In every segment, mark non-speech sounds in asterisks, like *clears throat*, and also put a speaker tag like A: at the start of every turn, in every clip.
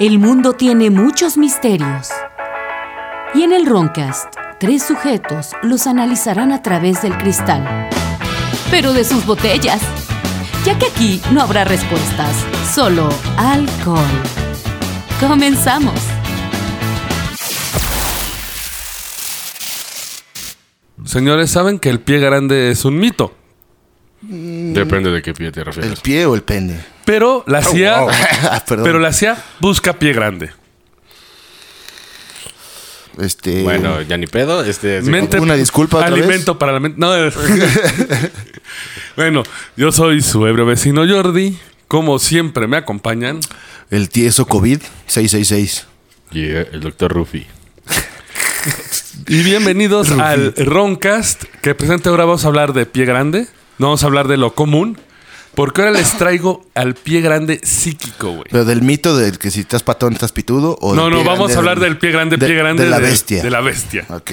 A: El mundo tiene muchos misterios. Y en el Roncast, tres sujetos los analizarán a través del cristal. Pero de sus botellas. Ya que aquí no habrá respuestas, solo alcohol. Comenzamos.
B: Señores, ¿saben que el pie grande es un mito?
C: Mm.
D: Depende de Oh, qué pie te
C: ¿El
D: refieres.
C: pie o el pene? Oh,
B: Pero la CIA,
C: wow. *laughs* Ah, Perdón.
B: ah. pero la CIA busca pie grande.
C: Este,
D: Bueno, ya ni pedo. Este, sí,
B: Mente-
C: una disculpa otra
B: Alimento para la mente. No,
C: *laughs*
B: es- bueno, yo soy su ebrio vecino Jordi. Como siempre me acompañan.
C: El tieso COVID 666.
D: Y eh, el doctor Rufi.
B: Y bienvenidos al Roncast, que presente ahora vamos a hablar de pie grande. No vamos a hablar de lo común. Porque ahora les traigo al pie grande psíquico, güey.
C: Pero del mito del que si estás patón estás pitudo o
B: No,
C: del
B: no,
C: pie
B: vamos a
C: grande
B: hablar del pie grande,
C: de-
B: pie grande.
C: de la bestia.
B: De la bestia.
C: Ok.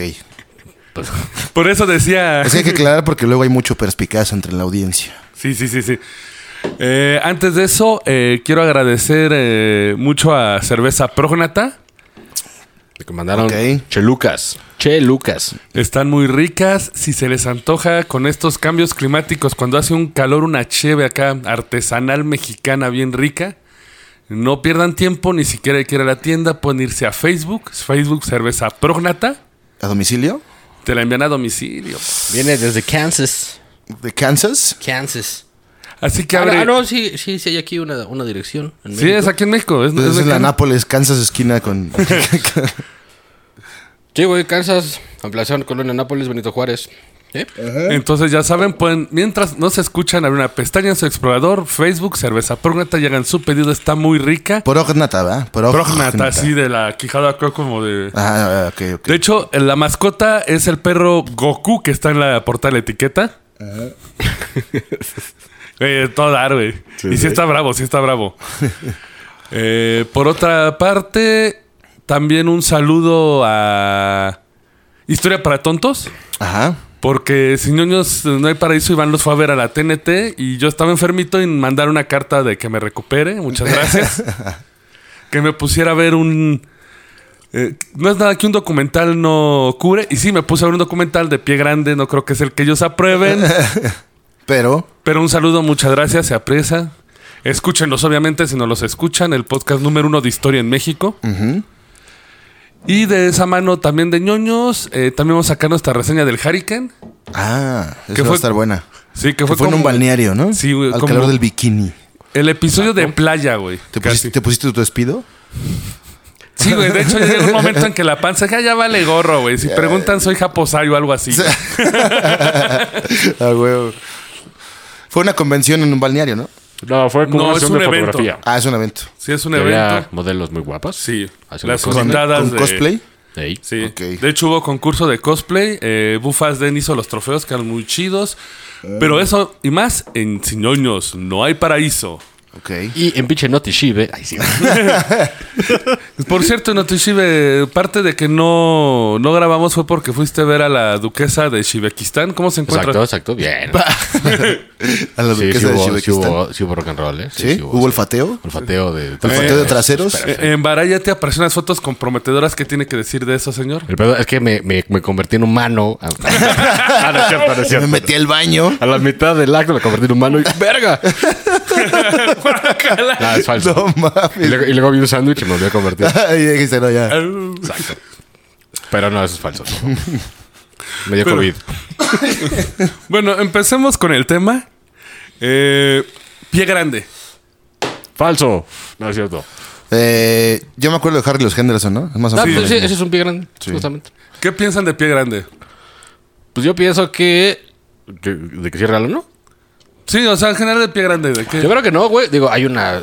B: Por eso decía...
C: Es que hay que
B: *laughs*
C: aclarar porque luego hay mucho perspicaz entre la audiencia.
B: Sí, sí, sí, sí. Eh, antes de eso, eh, quiero agradecer eh, mucho a Cerveza Prógnata.
D: Te mandaron
C: Ok.
D: Chelucas. Chelucas.
B: Están muy ricas. Si se les antoja con estos cambios climáticos, cuando hace un calor, una cheve acá artesanal mexicana bien rica. No pierdan tiempo, ni siquiera hay que ir a la tienda. Pueden irse a Facebook, Facebook Cerveza Prógnata.
C: ¿A domicilio?
B: Te la envían a domicilio.
E: Viene desde Kansas.
C: ¿De Kansas?
E: Kansas.
B: Así que
E: Ah,
B: abre.
E: ah, no, sí, sí, sí, hay aquí una, una dirección. en
B: Sí,
E: México.
B: es aquí en México. Es,
C: Pues
B: es
C: es la
B: mexicano.
C: Nápoles, Kansas esquina
B: *laughs*
C: con...
E: Sí, güey, Kansas. Ampliación, Colonia Nápoles, Benito Juárez. ¿Eh?
B: Entonces ya saben, pueden, mientras no se escuchan, abrir una pestaña en su explorador, Facebook, cerveza prógnata, y hagan su pedido, está muy rica.
C: Prognata, ¿verdad? Prognata.
B: Prógnata, así de la quijada creo como de.
C: Ah, ok, ok.
B: De hecho, la mascota es el perro Goku que está en la portada de la etiqueta. ¿Eh? *laughs* Güey, todo dar, güey. y sí está bravo, sí está *laughs* bravo. Eh, por otra parte, también un saludo a Historia para Tontos.
C: Ajá.
B: Porque sin ñoños eh, no hay paraíso, Iván los fue a ver a la TNT y yo estaba enfermito y mandar una carta de que me recupere, muchas
C: *laughs*
B: gracias. que me pusiera a ver un... eh, no es nada que un documental no cure. Y sí, me puse a ver un documental de pie grande, no creo que es el que ellos
C: *laughs*
B: aprueben.
C: Pero...
B: pero un saludo, muchas gracias, se aprecia. Escúchenlos, obviamente, si no los escuchan, el podcast número uno de historia en México.
C: Mm.
B: Y de esa mano también de ñoños, eh, también vamos a sacar nuestra reseña del Hurricane.
C: Ah,
B: ¿Qué
C: eso va
B: fue?
C: a estar buena.
B: Sí, que
C: Que
B: fue,
C: fue, en un
B: como-
C: balneario, ¿no?
B: Sí, güey,
C: Al
B: como-
C: calor del bikini.
B: El episodio de playa, güey.
C: ¿Te
B: Casi.
C: pusiste, ¿Te pusiste tu despido?
B: Sí, güey. De hecho, ya llega un momento en que la panza "Ah, ya, ya vale gorro, güey. Si preguntan, soy japosay o algo así. güey.
C: *laughs* Ah, güey. Fue una convención en un balneario, ¿no?
D: No, fue
B: como No, una es sesión un de evento. fotografía.
C: Ah, es un evento.
B: Sí, es un
D: Que había
B: evento.
D: modelos muy guapas.
B: Sí.
D: Haciendo
B: Las
D: cosplay.
B: invitadas
C: ¿Con
B: de-
C: cosplay?
D: Ey.
B: Sí.
C: Ok.
B: De hecho, hubo concurso de cosplay. Eh, Bufas Den hizo los trofeos que eran muy chidos.
C: Ah.
B: Pero eso y más en Ciñoños. No hay paraíso.
C: Ok.
D: Y en pinche Naughty Shive.
E: *laughs*
D: Ay, sí.
B: Por cierto, Notishibe, parte de que no, no grabamos fue porque fuiste a ver a la duquesa de Shibekistán. ¿Cómo se encuentra?
D: Exacto, exacto. Bien.
C: *laughs* A la
D: Sí,
C: duquesa
D: sí
C: de
D: hubo, sí,
C: Shibekistán.
D: hubo, sí hubo rock and roll, ¿eh?
C: ¿Sí? ¿Hubo olfateo?
D: Olfateo de...
C: ¿Olfateo de traseros?
D: Espera, espera.
B: Eh, En Baraya te aparecen las fotos comprometedoras. ¿Qué tiene que decir de eso, señor?
D: El pedo es que me, me, me convertí en humano. *laughs* Ah, no es cierto, no es
C: Me
D: cierto.
C: metí
D: *laughs*
C: al baño.
D: A la mitad del acto me convertí en humano y ¡verga! Ah, es falso.
C: No
D: Y
C: mames. *laughs*
D: luego, y luego vi un sándwich y me volví a convertir.
C: Y dijiste, no, ya.
D: Exacto. Pero no, eso es falso. Me dio
B: Pero-
D: COVID.
B: Bueno, empecemos con el tema. Eh, pie grande.
D: Falso. No es cierto.
C: Eh, yo me acuerdo de Harry y los Henderson, ¿no? Es más o
E: Ah, pues
C: menos lo
E: sí,
C: mismo.
E: ese es un pie grande, justamente.
B: ¿Qué piensan de pie grande?
E: Pues yo pienso que.
D: ¿Que- ¿De que sí es real o no?
B: Sí, o sea, en general de pie grande. ¿de qué?
E: Yo creo que no,
D: No,
E: güey.
D: güey. Digo, hay una.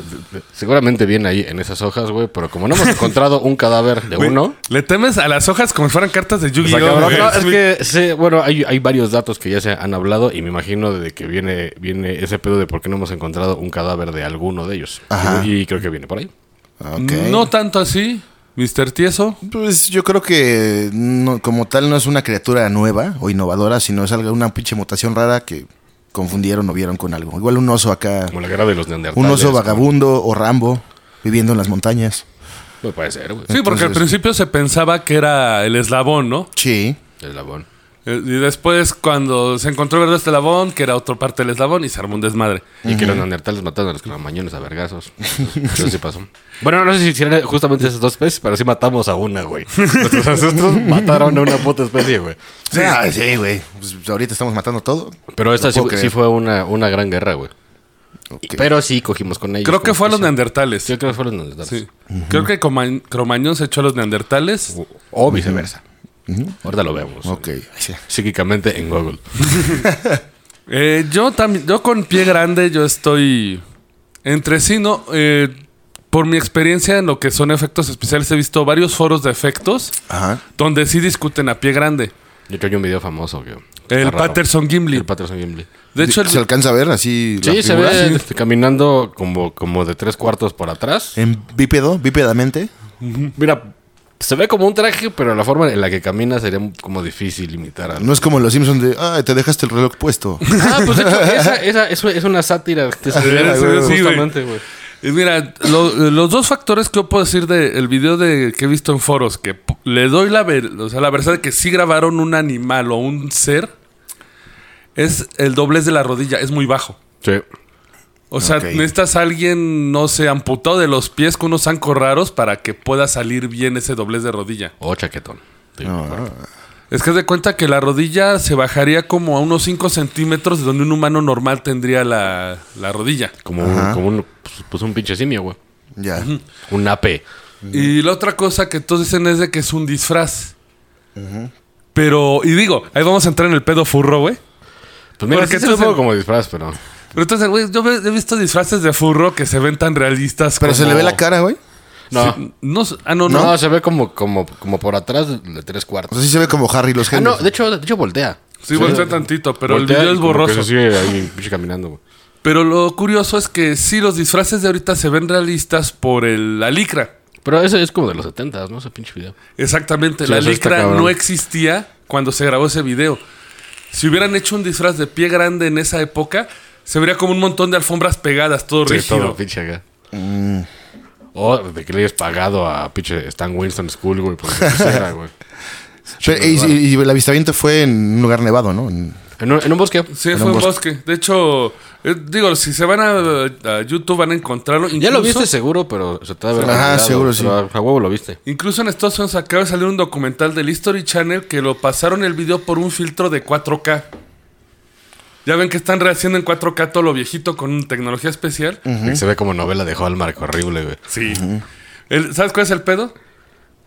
D: Seguramente viene ahí en esas hojas, güey. Pero como no hemos encontrado un cadáver de
B: Güey,
D: uno.
B: Le temes a las hojas como si fueran cartas de
D: o sea,
B: Yu-Gi-Oh!
D: cabrón,
B: güey.
D: no, es que, sí, bueno, hay, hay varios datos que ya se han hablado y me imagino de que viene, viene ese pedo de por qué no hemos encontrado un cadáver de alguno de ellos.
C: Ajá.
D: Y, y creo que viene por ahí.
C: Ok.
B: No tanto así, Mr. Tieso.
C: Pues yo creo que no- como tal no es una criatura nueva o innovadora, sino es algo, una pinche mutación rara que confundieron o vieron con algo. Igual un oso acá,
D: Como la guerra de los neandertales.
C: un oso vagabundo o Rambo viviendo en las montañas.
D: No Pues puede ser, güey.
B: Sí, porque al
C: Entonces-
B: principio se pensaba que era el eslabón, ¿no?
C: Sí.
D: El labón.
B: Eh, Y después, cuando se encontró el verdadero eslabón, que era otra parte del eslabón, y se armó un desmadre.
D: Y que los neandertales mataron a los mañones a
C: *laughs*
D: vergazos. Eso sí pasó. Bueno, no sé si hicieron justamente esas dos especies, pero sí matamos a una,
C: *laughs*
D: güey. Nuestros ancestros mataron a una puta especie, güey.
C: O sea, sí, güey. Pues ahorita estamos matando todo.
D: Pero esta
C: No
D: sí,
C: puedo creer.
D: sí fue una, una gran guerra, güey.
C: Ok.
D: Pero sí cogimos con ellos.
B: Creo que
D: como
B: fue a los
D: especie.
B: neandertales.
D: Sí, creo que fue a los neandertales.
B: Sí. Creo que Coma- Cromañón se echó a los neandertales.
D: O viceversa. Ahorita lo vemos.
C: Ok. Sí.
D: Psíquicamente en Google.
B: Eh, yo también, yo con pie grande, yo estoy entre sí, ¿no? Eh, por mi experiencia en lo que son efectos especiales, he visto varios foros de efectos
C: Ajá.
B: donde sí discuten a pie grande.
D: Yo creo que hay un video famoso que. está
B: El
D: raro.
B: Patterson Gimli.
D: El Patterson Gimli.
B: De hecho, el-
C: ¿Se alcanza a ver así? la
D: Sí, se
C: figura?
D: ve este, caminando como, como de tres cuartos por atrás.
C: ¿En bípedo? ¿Bípedamente?
D: Mira, se ve como un traje, pero la forma en la que camina sería como difícil imitar a...
C: No es como los Simpsons de, ah, te dejaste el reloj puesto.
D: Ah, pues de *laughs* hecho, esa, esa- es, es una sátira. que se
B: Sí,
D: ve, Ah, güey,
B: sí, güey.
D: justamente, güey.
B: Y mira, lo- los dos factores que yo puedo decir del video de, que he visto en foros, que p- le doy la, ver- o sea, la verdad de que sí grabaron un animal o un ser, es el doblez de la rodilla, es muy bajo.
D: Sí.
B: O sea,
C: Ok.
B: necesitas a alguien, no sé, amputado de los pies con unos zancos raros para que pueda salir bien ese doblez de rodilla.
D: O Oh, chaquetón. Sí, claro.
B: Es que haz de cuenta que la rodilla se bajaría como a unos 5 centímetros de donde un humano normal tendría la, la rodilla.
D: Como, un, como un, pues, pues un pinche simio, güey.
C: *laughs* Ya.
D: Un AP.
B: Y la otra cosa que todos dicen es de que es un disfraz. Pero, y digo, ahí vamos a entrar en el pedo furro, güey.
D: Pues mira,
B: Porque
D: que
B: tú
D: es
B: se-
D: poco como disfraz, pero...
B: Pero entonces, güey, yo ve- he visto disfraces de furro que se ven tan realistas.
C: Pero se
B: como-
C: le ve la cara, güey.
D: No,
B: No, sé- ah, no,
D: no,
B: no.
D: se ve como, como, como por atrás de tres
C: O
D: cuartos.
C: sea, sí se ve como Harry y los
D: Ah,
C: genios.
D: no, de hecho, de hecho voltea.
B: Sí, voltea tantito, pero
D: Voltea
B: el video
D: y
B: es
D: como que
B: borroso.
D: se sigue ahí pinche caminando, güey.
B: Pero lo curioso es que sí, los disfraces de ahorita se ven realistas por el, la licra.
D: Pero ese es como de los 70, ¿no? Ese pinche video.
B: Exactamente,
D: Sí,
B: la
D: eso está
B: licra
D: cabrón.
B: no existía cuando se grabó ese video. Si hubieran hecho un disfraz de pie grande en esa época, se vería como un montón de alfombras pegadas, todo
D: Sí,
B: rígido.
D: todo pinche acá. O Mm. Oh, de que le hayas pagado a pinche Stan Winston School, güey, por lo que quisiera, güey.
C: Pero- y, y- y el avistamiento fue en un lugar nevado, ¿no? En-
D: En un, en un bosque.
B: Sí,
C: En
B: fue
C: un
B: un bosque. De hecho, eh, digo, si se van a, a YouTube van a encontrarlo.
D: Ya lo
B: Incluso-
D: viste seguro, pero se te va a ver
C: Ajá,
D: olvidado,
C: seguro, sí.
D: pero A a huevo lo viste.
B: Incluso en Estados Unidos acaba de salir un documental del History Channel que lo pasaron el video por un filtro de 4K. Ya ven que están rehaciendo en 4K todo lo viejito con tecnología especial.
D: Que Se ve como novela de Hallmark horrible, güey.
B: Sí. El- ¿Sabes cuál es el pedo?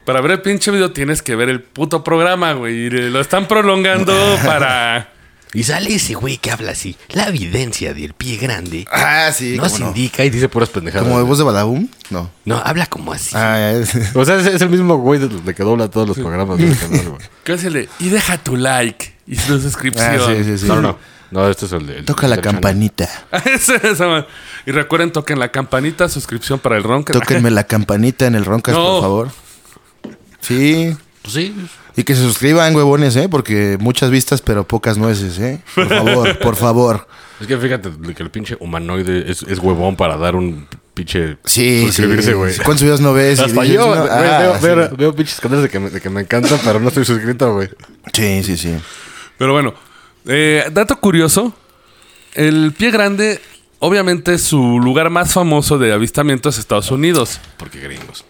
B: Para ver el pinche video tienes que ver el puto programa, güey. Y lo están
C: *laughs*
B: prolongando para...
F: Y sale ese güey que habla así. La evidencia del pie grande
C: Ah, sí.
F: nos
C: ¿cómo no?
F: indica.
D: Cae y dice puras pendejadas.
C: ¿Como de
D: güey.
C: voz de Badaboom? No.
F: No, habla como así.
C: Ah, *laughs* es-
D: O sea, es, es el mismo güey de, de que dobla todos los programas del canal, güey.
B: ¿Qué es el de? Y deja tu like y tu suscripción.
C: ah, sí,
B: *laughs*
C: sí, sí.
D: No, no, no. No, este es el de. el-
C: Toca la
D: el channel.
C: campanita.
B: Esa- esa madre. y recuerden, toquen la campanita, suscripción para el Ronca.
C: Tóquenme la campanita en el Roncas,
B: No.
C: por favor. Sí.
D: Pues sí.
C: Y que se suscriban, huevones, ¿eh? Porque muchas vistas, pero pocas nueces, ¿eh? Por favor, por favor.
D: Es que fíjate que el pinche humanoide es, es huevón para dar un pinche.
C: Sí, sí.
D: suscribirse, güey.
C: ¿Cuántos videos no ves? Y
D: Hasta
C: dices,
D: yo
C: no,
D: güey,
C: ah,
D: veo,
C: sí.
D: veo- veo pinches canales de que, me, de que me encantan, pero no estoy suscrito, güey.
C: Sí, sí, sí.
B: Pero bueno, eh, dato curioso. El pie grande, obviamente su lugar más famoso de avistamiento es Estados Unidos.
D: Porque gringos.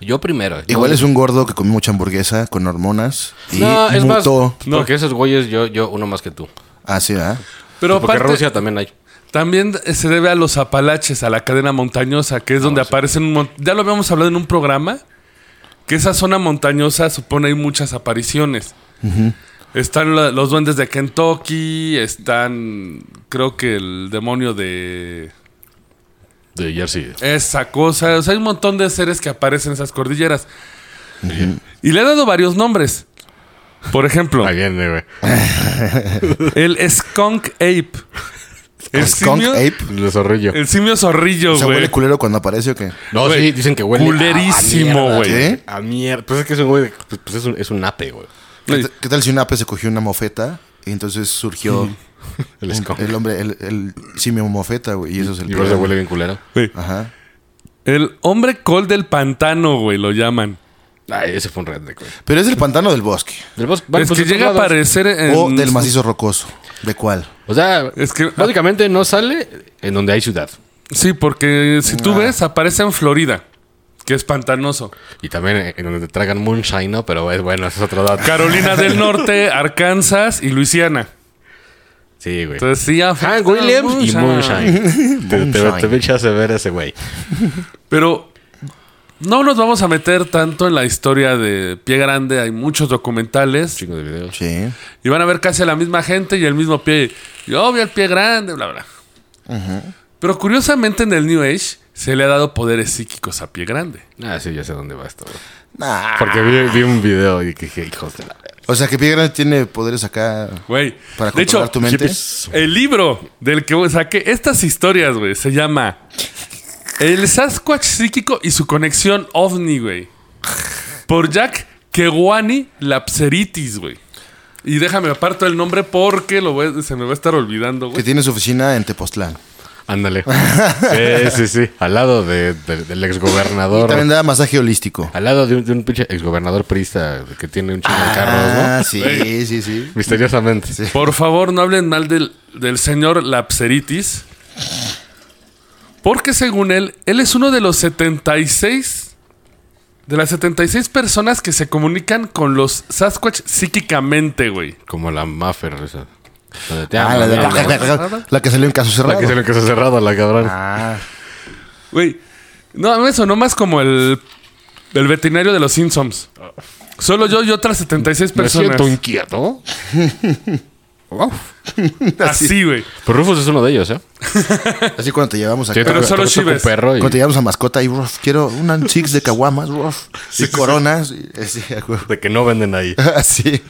D: Yo primero.
C: Igual es un gordo que comió mucha hamburguesa con hormonas y
D: No, es más.
C: mutó.
B: No.
D: Porque esos güeyes, yo, yo uno más que tú.
C: Ah, sí, ¿verdad?
B: Pero
D: porque
B: aparte,
D: Rusia también hay.
B: también se debe a los Apalaches, a la cadena montañosa, que es donde
C: Ah,
B: aparecen un mon- Ya lo habíamos hablado en un programa, que esa zona montañosa supone hay muchas apariciones. Están la- los duendes de Kentucky, están creo que el demonio de
D: De Jersey.
B: Esa cosa. O sea, hay un montón de seres que aparecen en esas cordilleras. Y le he dado varios nombres. Por ejemplo,
D: Ahí viene, güey.
B: el skunk ape. El
C: Skunk
B: simio,
C: Ape.
D: El zorrillo.
B: el simio zorrillo,
C: O sea,
B: güey.
C: huele culero cuando aparece o qué.
D: No,
B: Güey,
D: sí, dicen que huele.
B: culerísimo, güey.
C: ¿Qué?
D: A mierda. Pues es que es un güey. Pues, pues es, un, es un ape, güey.
C: ¿Qué, ta- qué tal si un ape se cogió una mofeta y entonces surgió
D: El
C: un-
D: escom.
C: el hombre, el, el simio mofeta, güey? Y eso es el
D: Igual se huele bien culero.
B: Güey.
C: Ajá.
B: El hombre col del pantano, güey, lo llaman.
D: Ay, ese fue un redneck, güey.
C: Pero es el pantano del bosque.
D: Del bosque- bueno,
B: es
D: pues,
B: que
D: de
B: llega a
D: todos lados.
B: aparecer en...
C: O del macizo rocoso. ¿De cuál?
D: O sea,
B: Es que-
D: básicamente no sale en donde hay ciudad.
B: Sí, porque si
D: Ah.
B: tú ves, aparece en Florida, que es pantanoso.
D: Y también eh, en donde te tragan moonshine, ¿no? Pero es bueno, *laughs* ese es otro dato.
B: Carolina
D: *laughs*
B: del Norte, Arkansas y Luisiana.
D: Sí, güey.
B: Entonces sí, afecta
C: Ah,
D: Hank Williams y
B: mucho.
D: *laughs* Moonshine. te, te,
C: Moonshine.
D: te me echas de ver a ese güey.
B: Pero no nos vamos a meter tanto en la historia de Pie Grande. Hay muchos documentales
D: Chingo de videos.
C: Sí.
B: y van a ver casi a la misma gente y el mismo pie. Yo vi al pie grande, bla, bla. Pero curiosamente en el New Age se le ha dado poderes psíquicos a pie grande.
D: Ah, sí, ya sé dónde va esto. güey.
C: Nah.
D: Porque vi, vi un video y dije, hijos de la verga.
C: O sea que Piedra tiene poderes acá.
B: Güey.
C: Para
B: de hecho,
C: controlar tu mente.
B: el libro del que saqué estas historias, güey, se llama El Sasquatch psíquico y su conexión ovni, güey. Por Jack Kewani Lapseritis, güey. Y déjame aparto el nombre porque lo voy- se me va a estar olvidando,
C: Que
B: güey.
C: tiene su oficina en Tepoztlán.
D: Ándale. *laughs* Sí, sí, sí. Al lado de, de- del
C: Y
D: exgobernador.
C: también da masaje holístico.
D: Al lado de un, de un pinche exgobernador priista que tiene un chingo de carros,
C: Ah,
D: ¿no?
C: sí, sí, sí.
D: Misteriosamente.
B: Por favor, no hablen mal del, del señor Lapseritis. Porque según él, él es uno de los 76... De las 76 personas que se comunican con los Sasquatch psíquicamente, güey.
D: Como la Maffer, esa. La de te
C: Ah,
D: amo,
C: la, de-
D: te amo.
C: la que salió en caso cerrado.
D: La que se le quedó cerrado, la cabrón.
C: Ah,
B: Güey, no, a mí me sonó más como el, el veterinario de los Simpsons. Solo yo y otras 76
D: Me
B: personas.
D: *laughs* siento inquieto.
B: Así, güey.
D: Pero Rufus es uno de ellos, ¿eh?
C: así cuando te llevamos acá.
D: Sí,
B: Pero
D: toco-
B: solo
D: toco- toco
B: Chives.
D: un perro y-
C: Cuando te llevamos a mascota y "Ruf, quiero una six de caguamas, ruf, y coronas. y- así, a huevo. *laughs*
D: de que no venden ahí.
C: Así.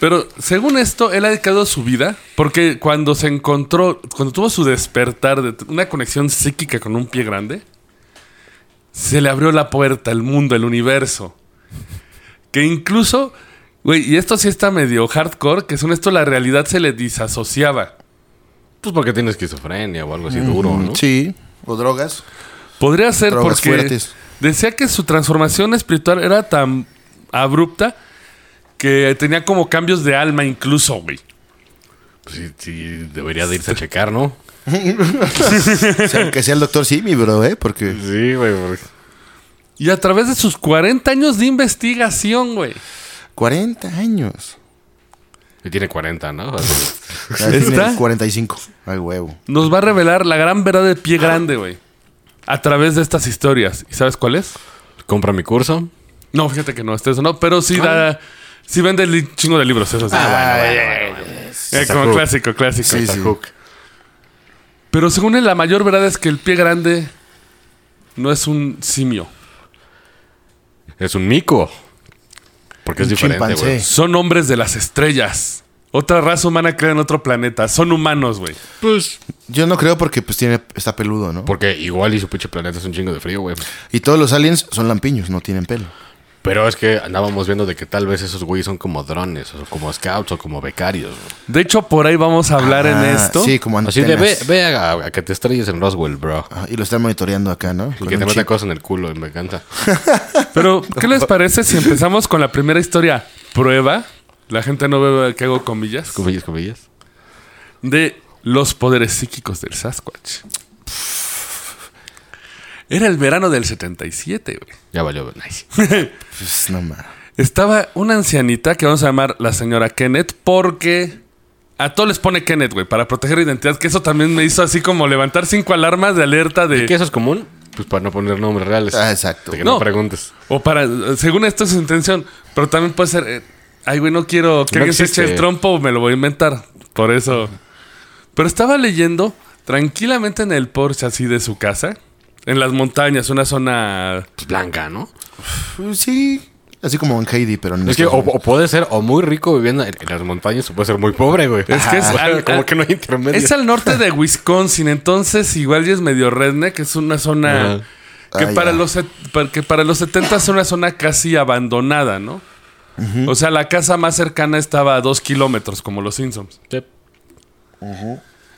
B: Pero según esto, él ha dedicado su vida porque cuando se encontró, cuando tuvo su despertar de t- una conexión psíquica con un pie grande, se le abrió la puerta, el mundo, el universo. Que incluso, güey, y esto sí está medio hardcore, que según esto la realidad se le disasociaba.
D: Pues porque tiene esquizofrenia o algo así duro, ¿no?
C: Sí. O drogas.
B: Podría ser
C: Drogas
B: porque
C: fuertes.
B: decía que su transformación espiritual era tan abrupta que tenía como cambios de alma incluso, güey.
D: Pues sí, sí, debería de irse a checar, ¿no?
C: O sea, que sea el doctor Simi, bro, ¿eh? Porque
D: Sí, güey. porque-
B: Y a través de sus 40 años de investigación, güey.
C: 40 años.
D: Y tiene 40, ¿no? Así.
C: Ya tiene
B: ¿Está?
C: 45. Ay, huevo.
B: Nos va a revelar la gran verdad de pie grande, güey. A través de estas historias. ¿Y sabes cuál es?
D: Compra mi curso.
B: No, fíjate que no, este eso no, pero sí da. Sí vende li- chingo de libros, eso sí.
C: Ah,
B: Eh, como clásico, clásico.
C: Sí, sí.
B: Pero según él, la mayor verdad es que el pie grande no es un simio.
D: Es un mico. Porque es
C: Un
D: diferente,
C: chimpancé.
D: güey.
B: Son hombres de las estrellas. Otra raza humana crea en otro planeta. Son humanos, güey.
D: Pues.
C: Yo no creo porque pues tiene está peludo, ¿no?
D: Porque igual y su pinche planeta es un chingo de frío, güey.
C: Y todos los aliens son lampiños, no tienen pelo.
D: Pero es que andábamos viendo de que tal vez esos güeyes son como drones, o como scouts, o como becarios. güey.
B: De hecho, por ahí vamos a hablar en
C: Ah,
B: esto.
C: Sí, como antenas.
D: Así de ve, ve a, a que te estrelles en Roswell, bro.
C: Ah, y lo están monitoreando acá, ¿no?
D: Y
C: Con
D: que te
C: un
D: meta
C: chip.
D: cosas en el culo, y me encanta.
B: Pero, ¿qué les parece si empezamos con la primera historia? Prueba. La gente no ve que hago comillas.
D: Comillas, comillas.
B: De los poderes psíquicos del Sasquatch. Era el verano del 77, güey.
D: Ya valió, güey. nice.
C: Pues, no ma.
B: Estaba una ancianita que vamos a llamar la señora Kenneth porque a todos les pone Kenneth, güey, para proteger la identidad, que eso también me hizo así como levantar cinco alarmas de alerta de...
D: ¿Qué eso es común? Pues para no poner nombres reales.
C: Ah, exacto.
D: De que no,
B: No.
D: preguntes.
B: O para, según esto es su intención, pero también puede ser, eh, ay, güey, no quiero que
D: No
B: alguien se eche
D: existe.
B: el trompo, me lo voy a inventar. Por eso. Pero estaba leyendo tranquilamente en el porche así de su casa, en las montañas, una zona...
D: Pues blanca, ¿no?
C: Pues, sí, así como en Heidi, pero no
D: Es que o, o puede ser o muy rico viviendo en, en las montañas o puede ser muy pobre, güey.
B: Es que es
D: O sea,
B: al-
D: como
B: al-
D: que no hay intermedio.
B: Es al norte de Wisconsin, entonces igual ya es medio redneck, es una zona que,
C: Ah,
B: para
C: ya.
B: los, set- para- que para los 70 es una zona casi abandonada, ¿no? O sea, la casa más cercana estaba a dos kilómetros, como los Simpsons.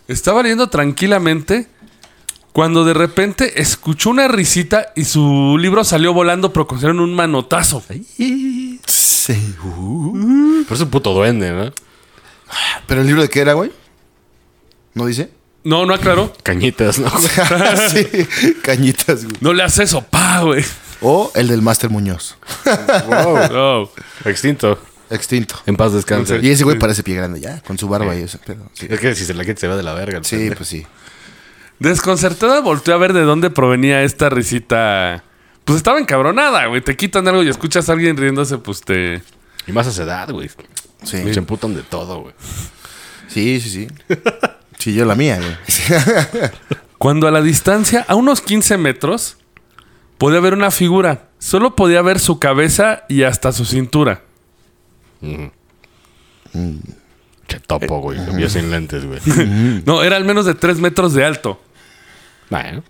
B: Estaba leyendo tranquilamente Cuando de repente escuchó una risita y su libro salió volando, pero consideraron un manotazo.
C: Sí.
D: Pero es un puto duende, ¿no?
C: ¿Pero el libro de qué era, güey? ¿No dice?
D: *laughs*
B: No, no aclaró.
D: Cañitas, ¿no? güey?
C: sí, cañitas, güey.
B: No le haces eso, pa, güey.
C: O el del Master Muñoz,
B: *laughs* No.
D: Extinto.
C: extinto.
D: En paz descanse.
C: Y ese güey parece pie grande ya, con su barba y eso. pero sí.
D: Es que si se la gente se va de la verga. el
C: Sí,
D: pendejo.
C: pues sí.
B: Desconcertada volteó a ver de dónde provenía esta risita. Pues estaba encabronada, güey. Te quitan algo y escuchas a alguien riéndose, pues te...
D: Y más a esa edad, güey.
C: Sí.
D: Se emputan de todo, güey.
C: Sí, sí, sí. Sí, yo la mía, güey.
B: Cuando a la distancia, a unos 15 metros, podía ver una figura. Solo podía ver su cabeza y hasta su cintura.
D: Che topo, güey. Lo vio sin lentes, güey.
B: Mm. No, era al menos de 3 metros de alto.
D: bueno.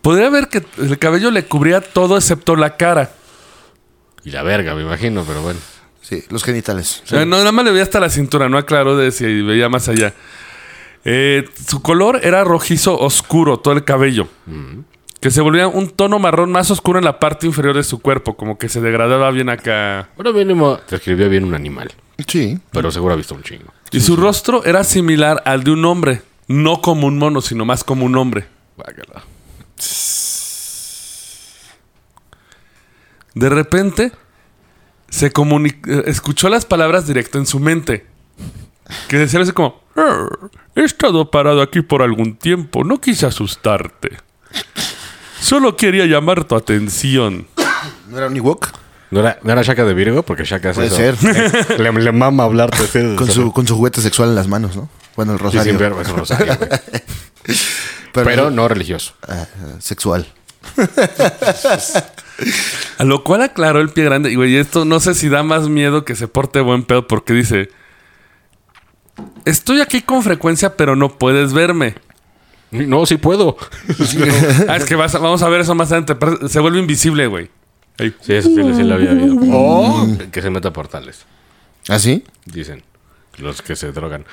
B: Podía ver que el cabello le cubría todo excepto la cara.
D: Y la verga, me imagino, pero bueno.
C: Sí, los genitales.
B: Eh, No, nada más le veía hasta la cintura, no aclaró de si veía más allá. Eh, su color era rojizo oscuro, todo el cabello. Que se volvía un tono marrón más oscuro en la parte inferior de su cuerpo, como que se degradaba bien acá.
D: Bueno, mínimo. Te escribió bien un animal.
C: Sí.
D: Pero seguro ha visto un chingo.
B: Y su rostro era similar al de un hombre, no como un mono, sino más como un hombre.
D: Guácala.
B: De repente, se comuni- eh, escuchó las palabras directo en su mente. Que decía así como, "Arr, he estado parado aquí por algún tiempo, no quise asustarte. Solo quería llamar tu atención.
C: ¿No era un Ewok?
D: ¿No era, no era Shaka de Virgo? Porque Shaka es
C: Puede
D: eso. *laughs* Eh,
C: ser.
D: Le, le mama hablarte así.
C: Con su, con su juguete sexual en las manos, ¿no? Bueno, el
D: Sí,
C: rosario.
D: sin verbo, es un rosario, güey.
C: pero,
D: Pero no religioso.
C: ah, sexual.
B: A lo cual aclaró el pie grande. Y güey, esto no sé si da más miedo que se porte buen pedo porque dice, estoy aquí con frecuencia pero no puedes verme.
D: No, sí puedo.
B: Ah, es que vas a- vamos a ver eso más adelante. pero Se vuelve invisible, güey. Ay,
D: Sí, eso sí, sí lo había
C: *laughs*
D: oído.
C: Oh.
D: que se meta a portales,
C: ¿Ah, sí?
D: dicen los que se drogan.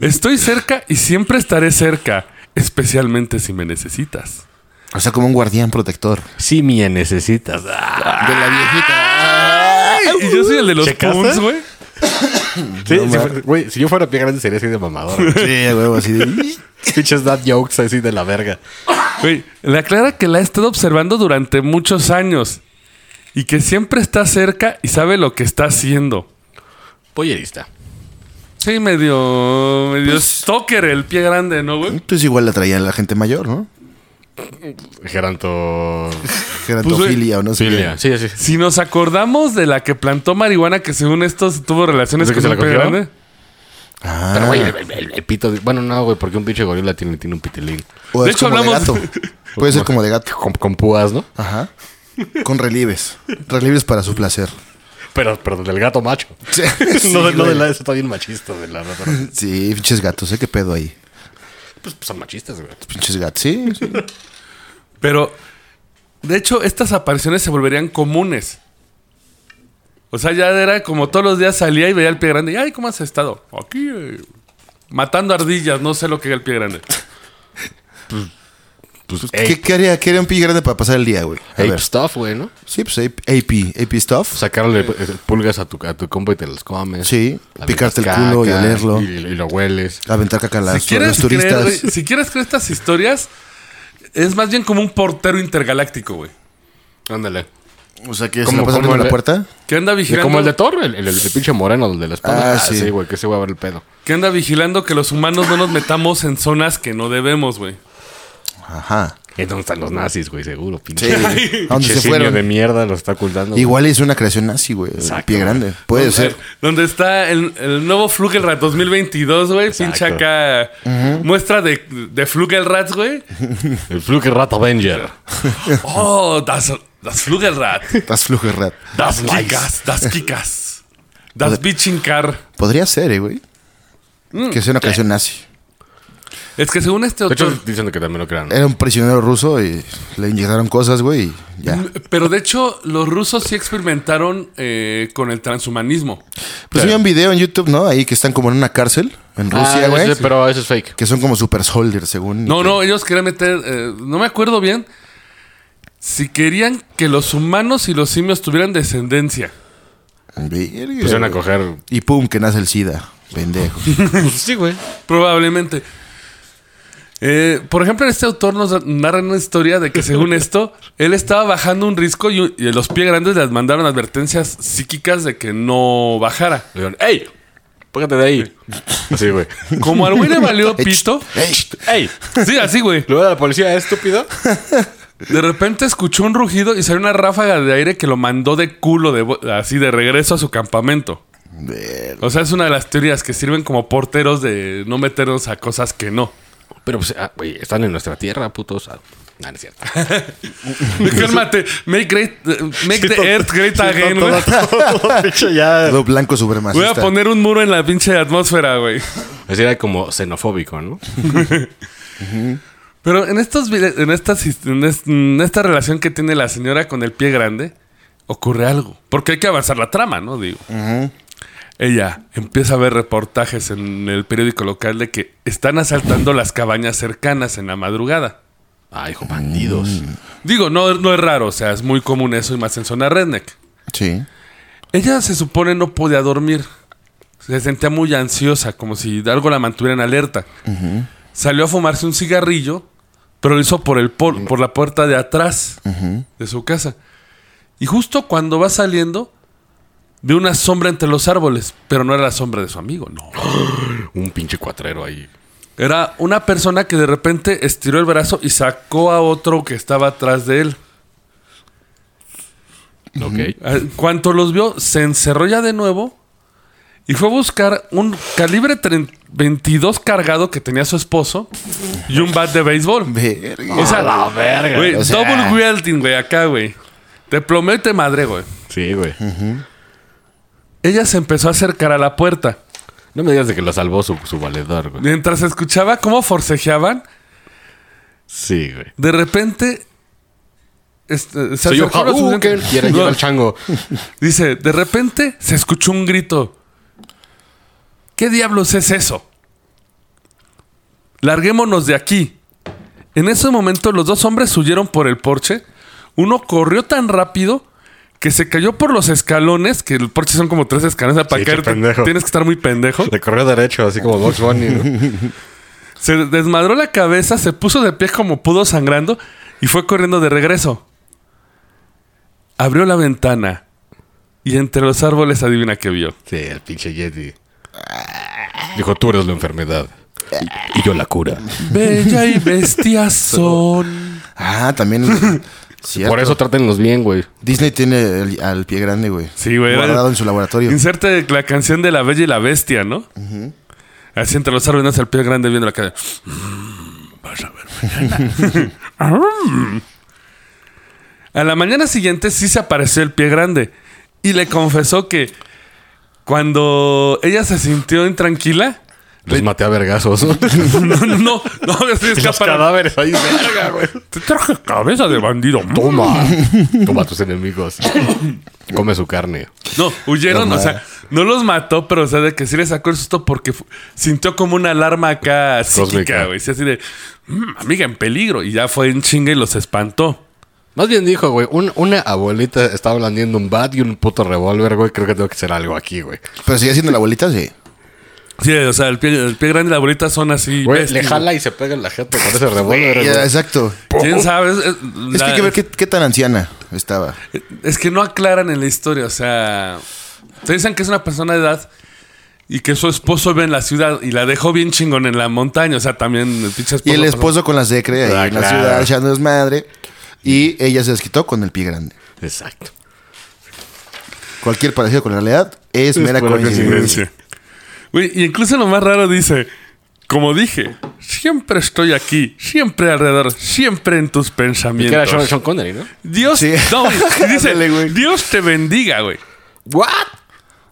B: Estoy cerca y siempre estaré cerca, especialmente si me necesitas.
C: O sea, como un
D: *laughs*
C: guardián protector.
D: Sí, me necesitas. Ah,
C: De la viejita.
B: Y yo soy el de los
D: ¿Checaste?
B: punks, güey.
D: Sí, si, fuera- güey, si yo fuera pie grande sería así de mamador. güey.
C: *laughs* Sí, a huevo, así de...
D: Pinches dad jokes así de la verga.
B: Güey, Le aclara que la ha estado observando durante muchos años y que siempre está cerca y sabe lo que está haciendo.
D: Pollerista.
B: Sí, medio. medio
D: Pues-
B: stalker el pie grande, ¿no, güey?
C: Entonces igual la traía la gente mayor, ¿no?
D: Geranto.
C: Gerantofilia o Ah, no sé
D: Pues, Filia.
C: qué.
D: Sí, sí.
B: Si nos acordamos de la que plantó marihuana, que según esto tuvo relaciones
D: ¿De que
B: con
D: se
B: el
D: la
B: pie
D: cogió?
B: grande.
C: Ah,
D: Pero, güey, el, el- el pito. de- bueno, no, güey, porque un pinche gorila tiene, tiene un pitilín.
C: o
B: de
C: es
B: hecho,
C: como
B: hablamos-
C: de gato. *laughs* Puede ser como
D: *laughs*
C: de gato.
D: Con, con púas, ¿no?
C: Ajá. Con relieves. Relieves para su placer. *laughs*
D: Pero, pero del gato macho.
C: Sí,
D: *laughs* no, de-
C: *laughs* sí,
D: no de
C: güey.
D: la. Eso está bien machista. De la,
C: Sí, pinches gatos, ¿eh? ¿Qué pedo ahí?
D: pues, son machistas, güey.
C: Pinches gatos, sí. sí.
B: Pero, de hecho, estas apariciones se volverían comunes. O sea, ya era como todos los días salía y veía el pie grande. Y, ay, ¿cómo has estado? Aquí, eh, matando ardillas, no sé lo que era el pie grande.
C: Pues,
D: Pues,
C: ¿Qué, qué haría, qué haría un pie grande para pasar el día, güey? A
D: Ape
C: ver.
D: pues, stuff, güey, ¿no?
C: Sí, pues AP, AP, AP stuff.
D: Sacarle eh, pulgas a tu, a tu compa y te las comes.
C: Sí,
D: La
C: picarte el
D: caca,
C: culo y olerlo.
D: Y, y lo hueles.
C: Aventar caca a las,
B: si,
C: a
B: quieres
C: los
B: creer,
C: turistas.
B: güey, si quieres creer estas historias, es más bien como un portero intergaláctico, güey.
D: Ándale.
C: o sea, que se
D: ¿Cómo-
C: la pasan
D: cómo
C: por la
D: le-
C: puerta.
B: Que anda vigilando.
D: Como el de Thor, el, el- el pinche moreno, el de la espalda. Ah,
C: Ah, sí.
D: sí, güey, que se va a ver el pedo.
B: Que anda vigilando que los humanos no nos metamos en zonas que no debemos, güey.
C: Ajá.
D: ¿Y dónde están los nazis, güey? Seguro, pinche.
C: Sí. *laughs* ¿A dónde
D: Pinche
C: se
D: simio
C: fueron?
D: de mierda lo está ocultando. güey.
C: Igual es una creación nazi, güey. El
D: Exacto,
C: pie
D: güey.
C: grande. Puede ser.
B: Donde está el, el nuevo Flugelrat 2022, güey. Pinche acá. Muestra de, de Flugelrats, güey.
D: El Fluke Rat Avenger.
B: Oh, das, das Flugelrad.
C: Das Flugerrat.
B: Das Kikas. Das Kikas. Das Bichinkar. Mm,
C: Podría ser, eh, güey. Que sea una creación nazi.
B: Es que según este
D: De hecho,
B: autor...
D: dicen que también lo crean.
C: Era un prisionero ruso y le inyectaron cosas, güey, y ya.
B: mm, Pero de hecho, los rusos sí experimentaron eh, con el transhumanismo.
C: Pues hay un video en YouTube, ¿no? Ahí que están como en una cárcel en
E: Ah,
C: Rusia, güey.
E: ese- pero eso es fake.
C: Que son como super soldiers, según.
B: No, no, ellos querían meter. eh, no me acuerdo bien. Si querían que los humanos y los simios tuvieran descendencia.
C: Verga,
B: Pues,
D: Pusieron a
C: güey.
D: coger.
C: Y pum, que nace el SIDA.
B: *laughs*
C: Pendejo.
D: sí, güey.
B: Probablemente. Eh, por ejemplo, en este autor nos narra una historia de que, según *laughs* esto, él estaba bajando un risco y, y los pies grandes les mandaron advertencias psíquicas de que no bajara.
D: Le dijeron, ¡ey! Póngate de ahí.
C: *laughs*
D: Así, güey.
B: Como al güey le *laughs* valió pito.
D: ¡Ey!
B: Sí, así, güey.
D: Luego a la policía, estúpido.
B: De repente escuchó un rugido y salió una ráfaga de aire que lo mandó de culo, de bo- así de regreso a su campamento.
C: Verga.
B: O sea, es una de las teorías que sirven como porteros de no meternos a cosas que no.
D: Pero pues, ah, güey, están en nuestra tierra, putos. Ah, no, no es cierto.
B: *laughs* Cálmate, make, great, eh, make the earth great again, güey. *laughs*
C: Todo blanco supremacista.
B: Voy a poner un muro en la pinche atmósfera, güey.
D: Así era como xenofóbico, ¿no?
B: Pero en estos vide- en estas his- en es- en esta relación que tiene la señora con el pie grande, ocurre algo. Porque hay que avanzar la trama, ¿no? Digo. Ella empieza a ver reportajes en el periódico local de que están asaltando las cabañas cercanas en la madrugada.
D: Ah, hijo, bandidos.
C: Mm.
B: Digo, no, no es raro, o sea, es muy común eso y más en zona redneck.
C: Sí.
B: Ella se supone no podía dormir. Se sentía muy ansiosa, como si de algo la mantuviera en alerta. Salió a fumarse un cigarrillo, pero lo hizo por, el por, por la puerta de atrás de su casa. Y justo cuando va saliendo, ve una sombra entre los árboles, pero no era la sombra de su amigo, no.
D: Un pinche cuatrero ahí.
B: Era una persona que de repente estiró el brazo y sacó a otro que estaba atrás de él.
D: Ok.
B: Ah, Cuanto los vio, se encerró ya de nuevo y fue a buscar un calibre tre- 22 cargado que tenía su esposo y un bat de béisbol.
C: Verga.
B: O sea, güey,
C: o sea.
B: double wielding, güey, acá, güey. Te plomeo y te madre, güey.
D: Sí, güey.
B: Ella se empezó a acercar a la puerta.
D: No me digas de que lo salvó su, su valedor, güey.
B: Mientras escuchaba cómo forcejeaban,
D: Sí, güey.
B: de repente... este, se
D: Soy yo, Ah, uh,
B: acercó lo
D: Hadouken.
B: suficiente-
D: Y *laughs* era- y era el chango.
B: Dice, de repente se escuchó un grito. ¿Qué diablos es eso? Larguémonos de aquí. En ese momento los dos hombres huyeron por el porche. Uno corrió tan rápido que se cayó por los escalones, que el porche son como tres escalones. Para
D: Sí, qué
B: caer
D: pendejo.
B: tienes que estar muy pendejo.
D: Le corrió derecho, así como Box Bunny. ¿no?
B: Se desmadró la cabeza, se puso de pie como pudo sangrando y fue corriendo de regreso. Abrió la ventana y entre los árboles adivina qué vio.
D: Sí, el pinche Yeti. Dijo, tú eres la enfermedad. Y, y yo la cura.
B: Bella y bestia son.
C: Ah,
B: *laughs*
C: también. cierto.
D: Por eso trátenlos bien, güey.
C: Disney tiene el- al pie grande, güey.
B: Sí, güey, era-
C: Guardado en su laboratorio.
B: Inserte la canción de la bella y la bestia, ¿no? Así entre los árboles nace el pie grande viendo la cara. Mm, vas a ver mañana. Mm. a la mañana siguiente sí se apareció el pie grande y le confesó que cuando ella se sintió intranquila,
D: Los maté a *laughs* vergazos.
B: no, no, no, no, me estoy
D: Los
B: escapando.
D: cadáveres *laughs* ahí, verga, güey.
B: Te traje cabeza de bandido. Mm.
D: Toma. Toma a tus enemigos. Come su carne.
B: No, huyeron,
C: No,
B: o
C: ma.
B: sea, no los mató, pero o sea, de que sí le sacó el susto porque fu- sintió como una alarma acá psíquica,
D: Cósmica.
B: güey. Sí, así de, "Mm, amiga, en peligro. Y ya fue en chinga y los espantó.
D: Más bien dijo, güey, un- una abuelita estaba blandiendo un bat y un puto revólver, güey. Creo que tengo que hacer algo aquí, güey.
C: Pero sigue siendo la abuelita, sí.
B: Sí, o sea, el pie, el pie grande y la bolita son así.
D: Güey,
B: bestia,
D: le jala y se pega en la gente con ese revólver, güey.
C: Ya, exacto.
B: güey. ¿Quién sabe? Es, es-
C: Es
B: la-
C: que hay que ver qué, qué tan anciana estaba.
B: es que no aclaran en la historia, o sea, te dicen que es una persona de edad y que su esposo vive en la ciudad y la dejó bien chingón en la montaña, o sea, también el pinche
C: Y el
B: pasó-
C: esposo con la secre ahí
D: Ah,
C: en la
D: claro.
C: ciudad echando desmadre. Y ella se desquitó con el pie grande.
D: Exacto.
C: Cualquier parecido con la realidad es, mera
D: pura
C: coincidencia.
B: coincidencia. Güey, y incluso lo más raro dice, como dije, siempre estoy aquí, siempre alrededor, siempre en tus
D: Que era Sean,
B: pensamientos.
D: Sean Connery, ¿no?
B: Dios,
C: Sí.
B: no, güey,
C: *laughs*
B: y dice,
C: Ándale, güey.
B: Dios te bendiga, güey.
D: ¿What?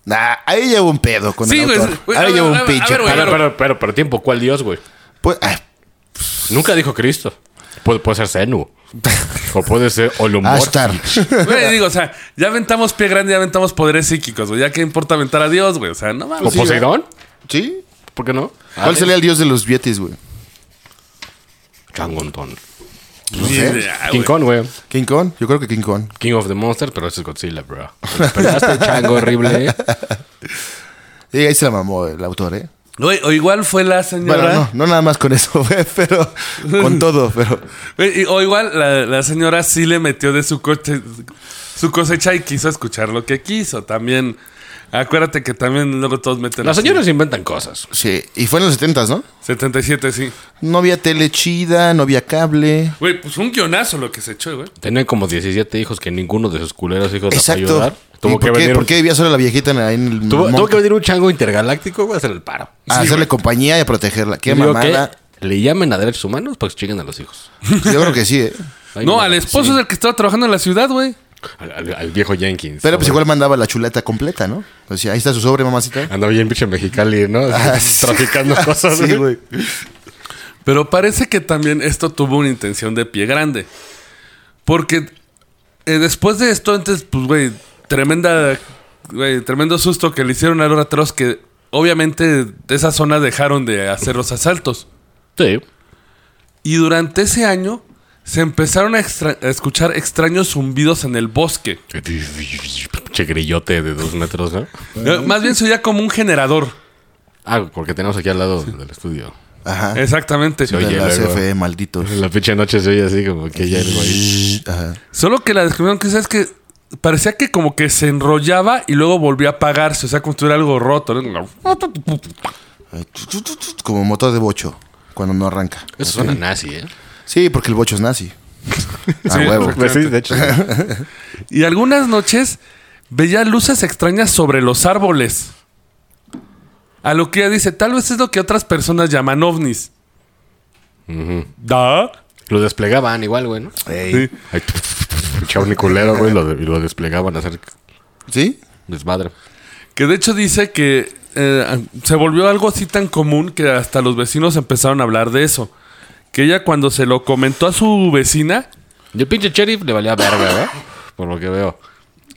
C: Nah, ahí llevo un pedo con
B: Sí,
C: el
B: güey,
C: autor.
B: güey, a
C: ahí
B: ver,
C: llevo
B: a
C: un
B: ver, a
C: pinche.
B: ver, güey,
D: Pero,
B: Pero-
D: pero, pero, pero tiempo, ¿cuál dios, güey?
C: Pues, ah,
D: Nunca dijo Cristo. Pu- puede ser
C: *laughs*
D: Zenu. o puede ser Olumot.
C: Ashtar.
B: Güey, digo, o sea, ya aventamos pie grande, ya aventamos poderes psíquicos, güey. Ya que importa aventar a Dios, güey. O sea, no
D: O
B: mames.
C: Sí,
D: Poseidón.
B: ¿eh?
C: ¿Sí?
D: ¿Por qué no? Ah,
C: ¿Cuál sería el dios de los billetes, güey?
D: Changontón. Ah,
C: No
B: Ni
C: sé.
B: idea,
D: King
B: Ah, güey.
D: Kong, güey.
C: ¿King Kong? Yo creo que King Kong.
D: King of the Monsters, pero ese es Godzilla,
C: *laughs*
D: bro. Peleaste chango
B: *laughs*
D: horrible, eh.
C: Y ahí se la mamó el autor, ¿eh?
B: Güey, o igual fue la señora.
C: Bueno, no, no nada más con eso, *laughs* güey, pero
D: *laughs*
C: con todo, pero
B: Güey, y- O igual la, la señora sí le metió de su, coche, su cosecha y quiso escuchar lo que quiso. También, acuérdate que también luego todos meten.
D: Las
B: así.
D: señoras inventan cosas.
C: sí. Y fue en los 70 ¿no?
B: 77, sí.
C: No había tele chida, no había cable.
B: Güey, pues un guionazo lo que se echó, güey.
D: Tenían como 17 hijos que ninguno de sus culeros hijos la fue a
C: Exacto.
D: ayudar.
C: ¿Y
D: Tuvo
C: por,
D: que,
C: qué,
D: venir
C: por
D: un-
C: qué vivía sola la viejita en- ahí en el
D: tuvo-
C: monte?
D: tuvo que venir un chango intergaláctico, güey, a hacer el paro.
C: a hacerle compañía y a protegerla? Ah, Qué
D: Digo
C: mamada.
D: que le llamen a derechos humanos para que chinguen a los hijos.
C: Yo creo que sí, ¿eh?
D: Ay,
B: no,
D: no,
B: al esposo es el que estaba trabajando en la ciudad, güey.
D: Al, al- al viejo Jenkins.
C: Pero pues
D: Ahora,
C: igual mandaba la chuleta completa, ¿no? O sea, ahí está su sobre,
D: *laughs*
C: mamacita.
D: Andaba bien pinche mexicali, ¿no? *laughs*
C: *laughs*
D: Traficando cosas.
C: Ah, Sí,
D: güey.
C: güey.
B: Pero parece que también esto tuvo una intención de pie grande. Porque eh, después de esto, antes, pues, güey, tremenda, güey, tremendo susto que le hicieron a Laura Trost que obviamente de esa zona dejaron de hacer los asaltos.
D: Sí.
B: Y durante ese año se empezaron a, extra- a escuchar extraños zumbidos en el bosque.
D: Che grillote de dos metros, ¿no?
B: Eh, Más bien se oía como un generador.
D: Ah, porque tenemos aquí al lado del estudio.
C: Ajá.
B: Exactamente.
D: oye,
C: de E, la
D: luego.
C: CFE, maldito.
D: En la pinche noche se oye así como que ya el güey.
C: Ajá.
B: Solo que la descripción que es que parecía que como que se enrollaba y luego volvía a apagarse. O sea, como si tuviera algo roto. ¿no?
C: Ay, tu, tu, tu, tu, Como motor de bocho cuando no arranca.
D: Eso suena nazi, ¿eh?
C: Sí, porque el bocho es *laughs* nazi. A
B: Sí,
C: huevo.
B: Pues sí,
D: de hecho.
B: *laughs* Y algunas noches veía luces extrañas sobre los árboles. A lo que ella dice, tal vez es lo que otras personas llaman ovnis. ¿Da?
D: Lo desplegaban igual, güey, ¿no?
C: Ey.
D: Ay, Pinche uniculero, güey, lo, de- y lo desplegaban a hacer
C: ¿Sí?
D: desmadre.
B: Que de hecho dice que eh, se volvió algo así tan común que hasta los vecinos empezaron a hablar de eso. Que ella cuando se lo comentó a su vecina,
D: Y el pinche sheriff le valía verga, ¿verdad? Por lo que veo.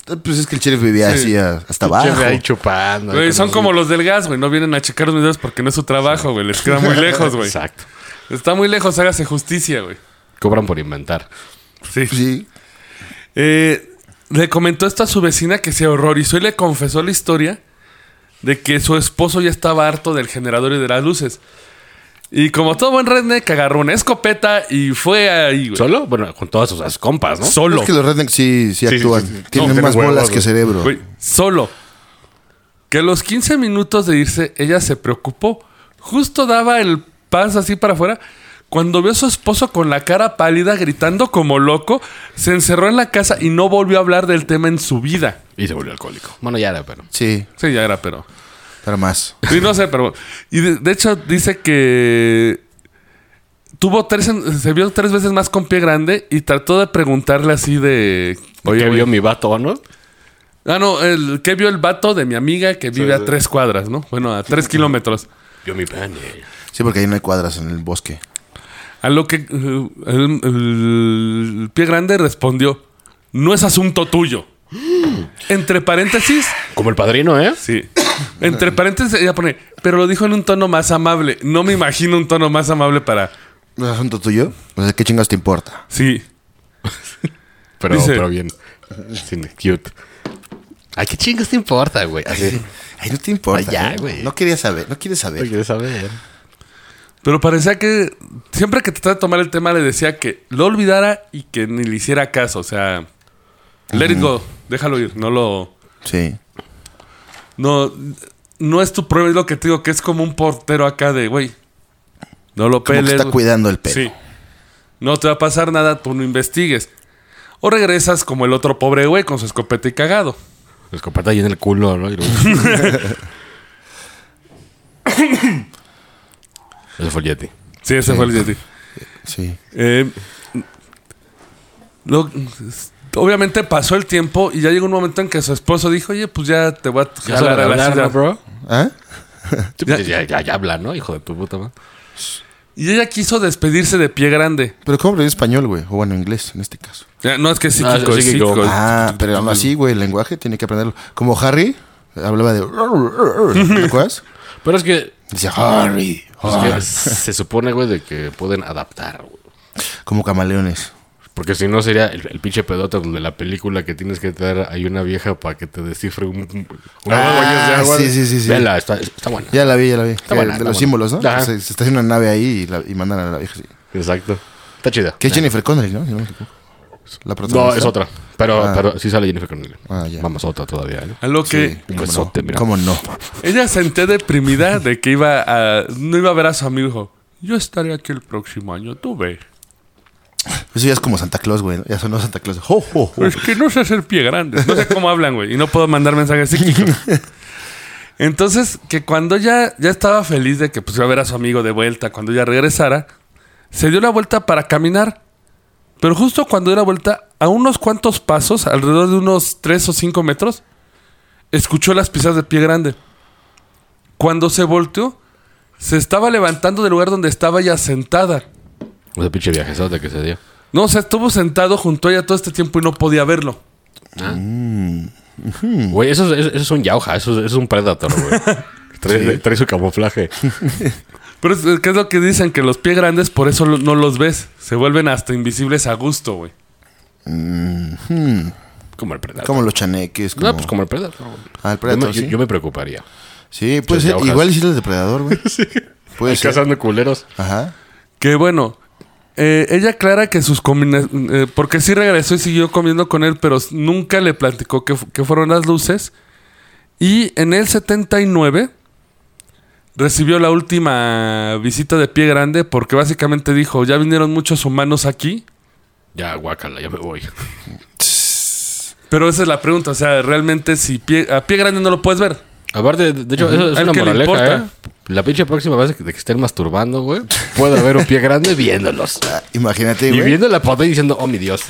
C: Eh, Pues es que el sheriff vivía así a- hasta abajo.
D: Siempre ahí chupando.
B: güey,
D: ahí
B: son
D: con
B: como los del gas, güey, no vienen a checar los videos porque no es su trabajo, güey, les queda muy lejos, güey.
D: Exacto.
B: Está muy lejos, hágase justicia, güey.
D: Cobran por inventar.
B: Sí.
C: Sí.
B: Eh, le comentó esto a su vecina que se horrorizó y le confesó la historia de que su esposo ya estaba harto del generador y de las luces. Y como todo buen redneck, agarró una escopeta y fue ahí, güey.
D: ¿Solo? Bueno, con todas sus compas, ¿no?
B: Solo.
C: Es que los rednecks sí, sí
D: sí,
C: actúan.
D: sí. No,
C: Tienen
D: tienen
C: más
D: huevos,
C: bolas que
D: güey.
C: cerebro.
B: Güey, solo. Que a los 15 minutos de irse, ella se preocupó. Justo daba el paso así para afuera. Cuando vio a su esposo con la cara pálida, gritando como loco, se encerró en la casa y no volvió a hablar del tema en su vida.
D: Y se volvió alcohólico. Bueno, ya era, pero.
C: Sí,
B: Sí, ya era, pero.
C: pero más.
B: Sí, no sé, pero. Y de, de hecho, dice que. Tuvo tres. en- Se vio tres veces más con pie grande y trató de preguntarle así de.
D: Oye,
B: güey.
D: vio mi vato, ¿no?
B: Ah, no, el que vio el vato de mi amiga que vive a tres cuadras, ¿no? Bueno, a tres kilómetros.
D: Vio mi eh. pene.
C: Sí, porque ahí no hay cuadras en el bosque.
B: A lo que eh, el, el pie grande respondió: No es asunto tuyo. Entre paréntesis.
D: Como el padrino, ¿eh?
B: Sí. Entre paréntesis, ella pone, pero lo dijo en un tono más amable. No me imagino un tono más amable para.
C: ¿No es asunto tuyo? O sea, ¿qué chingas te importa?
B: Sí.
D: Pero,
B: Dice-
D: pero bien. Sí, cute.
F: Ay, qué chingos te importa, güey. Así.
C: Ay, no te importa.
F: Ay, ya,
C: ¿eh?
F: güey.
C: No quería saber, no quieres
D: Ay,
C: saber.
D: ¿Quieres saber?
B: Pero parecía que siempre que trataba de tomar el tema le decía que lo olvidara y que ni le hiciera caso. O sea, let it go, déjalo ir, no lo.
C: Sí.
B: No, no es tu prueba, es lo que te digo, que es como un portero acá de, güey, no lo
C: Como que
B: peles.
C: está
B: güey".
C: cuidando el pelo.
B: Sí. No te va a pasar nada, tú no investigues. O regresas como el otro pobre güey con su escopeta y cagado.
D: Escopeta ahí en el culo, ¿no? Y *coughs* luego- Ese fue el Yeti.
B: Sí, ese fue el de ti.
C: Sí.
B: Eh, lo- obviamente pasó el tiempo y ya llegó un momento en que su esposo dijo, oye, pues ya te voy a jalar a la ciudad".
D: bro?
C: ¿Ah?
D: Ya, ya, ya habla, ¿no? Hijo de tu puta madre.
B: Y ella quiso despedirse de pie grande.
C: Pero ¿cómo lo dice español, güey? O bueno, inglés en este caso.
B: Ya, No, es que es
D: Ah,
B: psíquico, es
D: psíquico.
B: psíquico.
C: Ah,
D: pues,
C: pero aún así, güey, el lenguaje tiene que aprenderlo. Como Harry hablaba de... ¿Te acuerdas?
D: Pero es que,
C: Dice Harry.
D: es que
C: Harry".
D: se supone, güey, de que pueden adaptar, güey.
C: Como camaleones.
D: Porque si no sería el, el pinche pedote de la película que tienes que dar hay una vieja para que te descifre un, un- una
C: Ah,
D: huella de agua.
C: sí, sí, sí, sí.
D: Vela, está, está buena.
C: Ya la vi, ya la vi. Que
D: buena,
C: de
D: está
C: los
D: buena.
C: símbolos, ¿no?
D: Ajá.
C: Se, se está haciendo una nave ahí y, la- y mandan a la vieja. sí.
D: Exacto. Está chida. Eh.
C: Que es Jennifer Connelly, ¿no? Si no me equivoco. La protagonista.
D: No, es otra. Pero,
C: Ah.
D: pero sí sale Jennifer Connelly.
C: Ah, ya.
D: Vamos, otra todavía, ¿eh?
B: A lo que
C: Sí, ¿cómo
D: besote,
C: no?
D: mira.
C: ¿Cómo no?
B: ella sentía deprimida de que iba a, no iba a ver a su amigo. Dijo, Yo estaré aquí el próximo año, tú ve.
C: Eso ya es como Santa Claus, güey. ¿no? Ya sonó Santa Claus. Jo, jo, jo.
B: Es que no sé hacer pie grande. No sé cómo hablan, güey. Y no puedo mandar mensajes psíquicos. Entonces, que cuando ya, ya estaba feliz de que pues, iba a ver a su amigo de vuelta, cuando ya regresara, se dio la vuelta para caminar. Pero justo cuando dio la vuelta, a unos cuantos pasos, alrededor de unos 3 o 5 metros, escuchó las pisadas de pie grande. Cuando se volteó, se estaba levantando del lugar donde estaba ella sentada.
D: O sea, pinche viajesote que se dio.
B: No, o sea, estuvo sentado junto a ella todo este tiempo y no podía verlo.
C: Hmm.
D: Güey, eso, es- eso es un yauja, eso, es- eso es un predator,
C: *laughs*
D: güey. Trae, trae su camuflaje.
B: Pero es, ¿qué es lo que dicen? Que los pies grandes por eso lo- no los ves. Se vuelven hasta invisibles a gusto, güey.
D: Como el predator.
C: Como los chaneques. Como...
D: No, pues como el predator. güey.
C: Ah, el
D: Yo
C: Predator,
D: me, yo-
C: sí.
D: yo me preocuparía.
C: Sí, puede ser.
D: Entonces, ya
C: Igual
D: hojas.
C: hiciste el depredador,
D: *laughs*
C: güey. Puede ser.
D: Cazando culeros.
C: Ajá.
B: Que bueno, eh, ella aclara que sus combinaciones... porque sí regresó y siguió comiendo con él, pero s- nunca le platicó que, fu- que fueron las luces. Y en el 79 recibió la última visita de pie grande porque básicamente dijo, ya vinieron muchos humanos aquí.
D: Ya, guácala, ya me voy.
B: Pero esa es la pregunta, o sea, realmente si pie- a pie grande no lo puedes ver.
D: Aparte, de, de hecho, eso es
B: Al
D: una
B: que le
D: moraleja, ¿eh?
B: importa.
D: La pinche próxima vez que- de que estén masturbando, güey, puede haber un pie grande viéndolos.
C: Ah, imagínate,
D: Y
C: güey.
D: viendo la pantalla y diciendo, oh, mi Dios.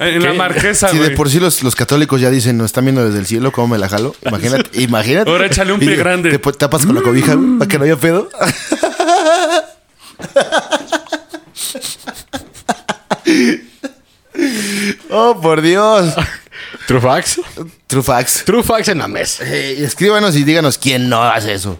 B: Eh, En la
D: ¿Qué?
B: marquesa,
C: Si
B: Ah, güey.
C: de por sí los, los católicos ya dicen, nos están viendo desde el cielo, ¿cómo me
B: *laughs*
C: la jalo? Imagínate, imagínate.
B: Ahora échale un
C: Y
B: pie grande.
C: Te po- tapas con la cobija güey, para que no haya pedo. *laughs* oh, por Dios.
D: ¿True facts?
C: True facts.
D: True facts en la
C: *laughs*
D: mesa.
C: Eh, escríbanos y díganos quién no hace eso.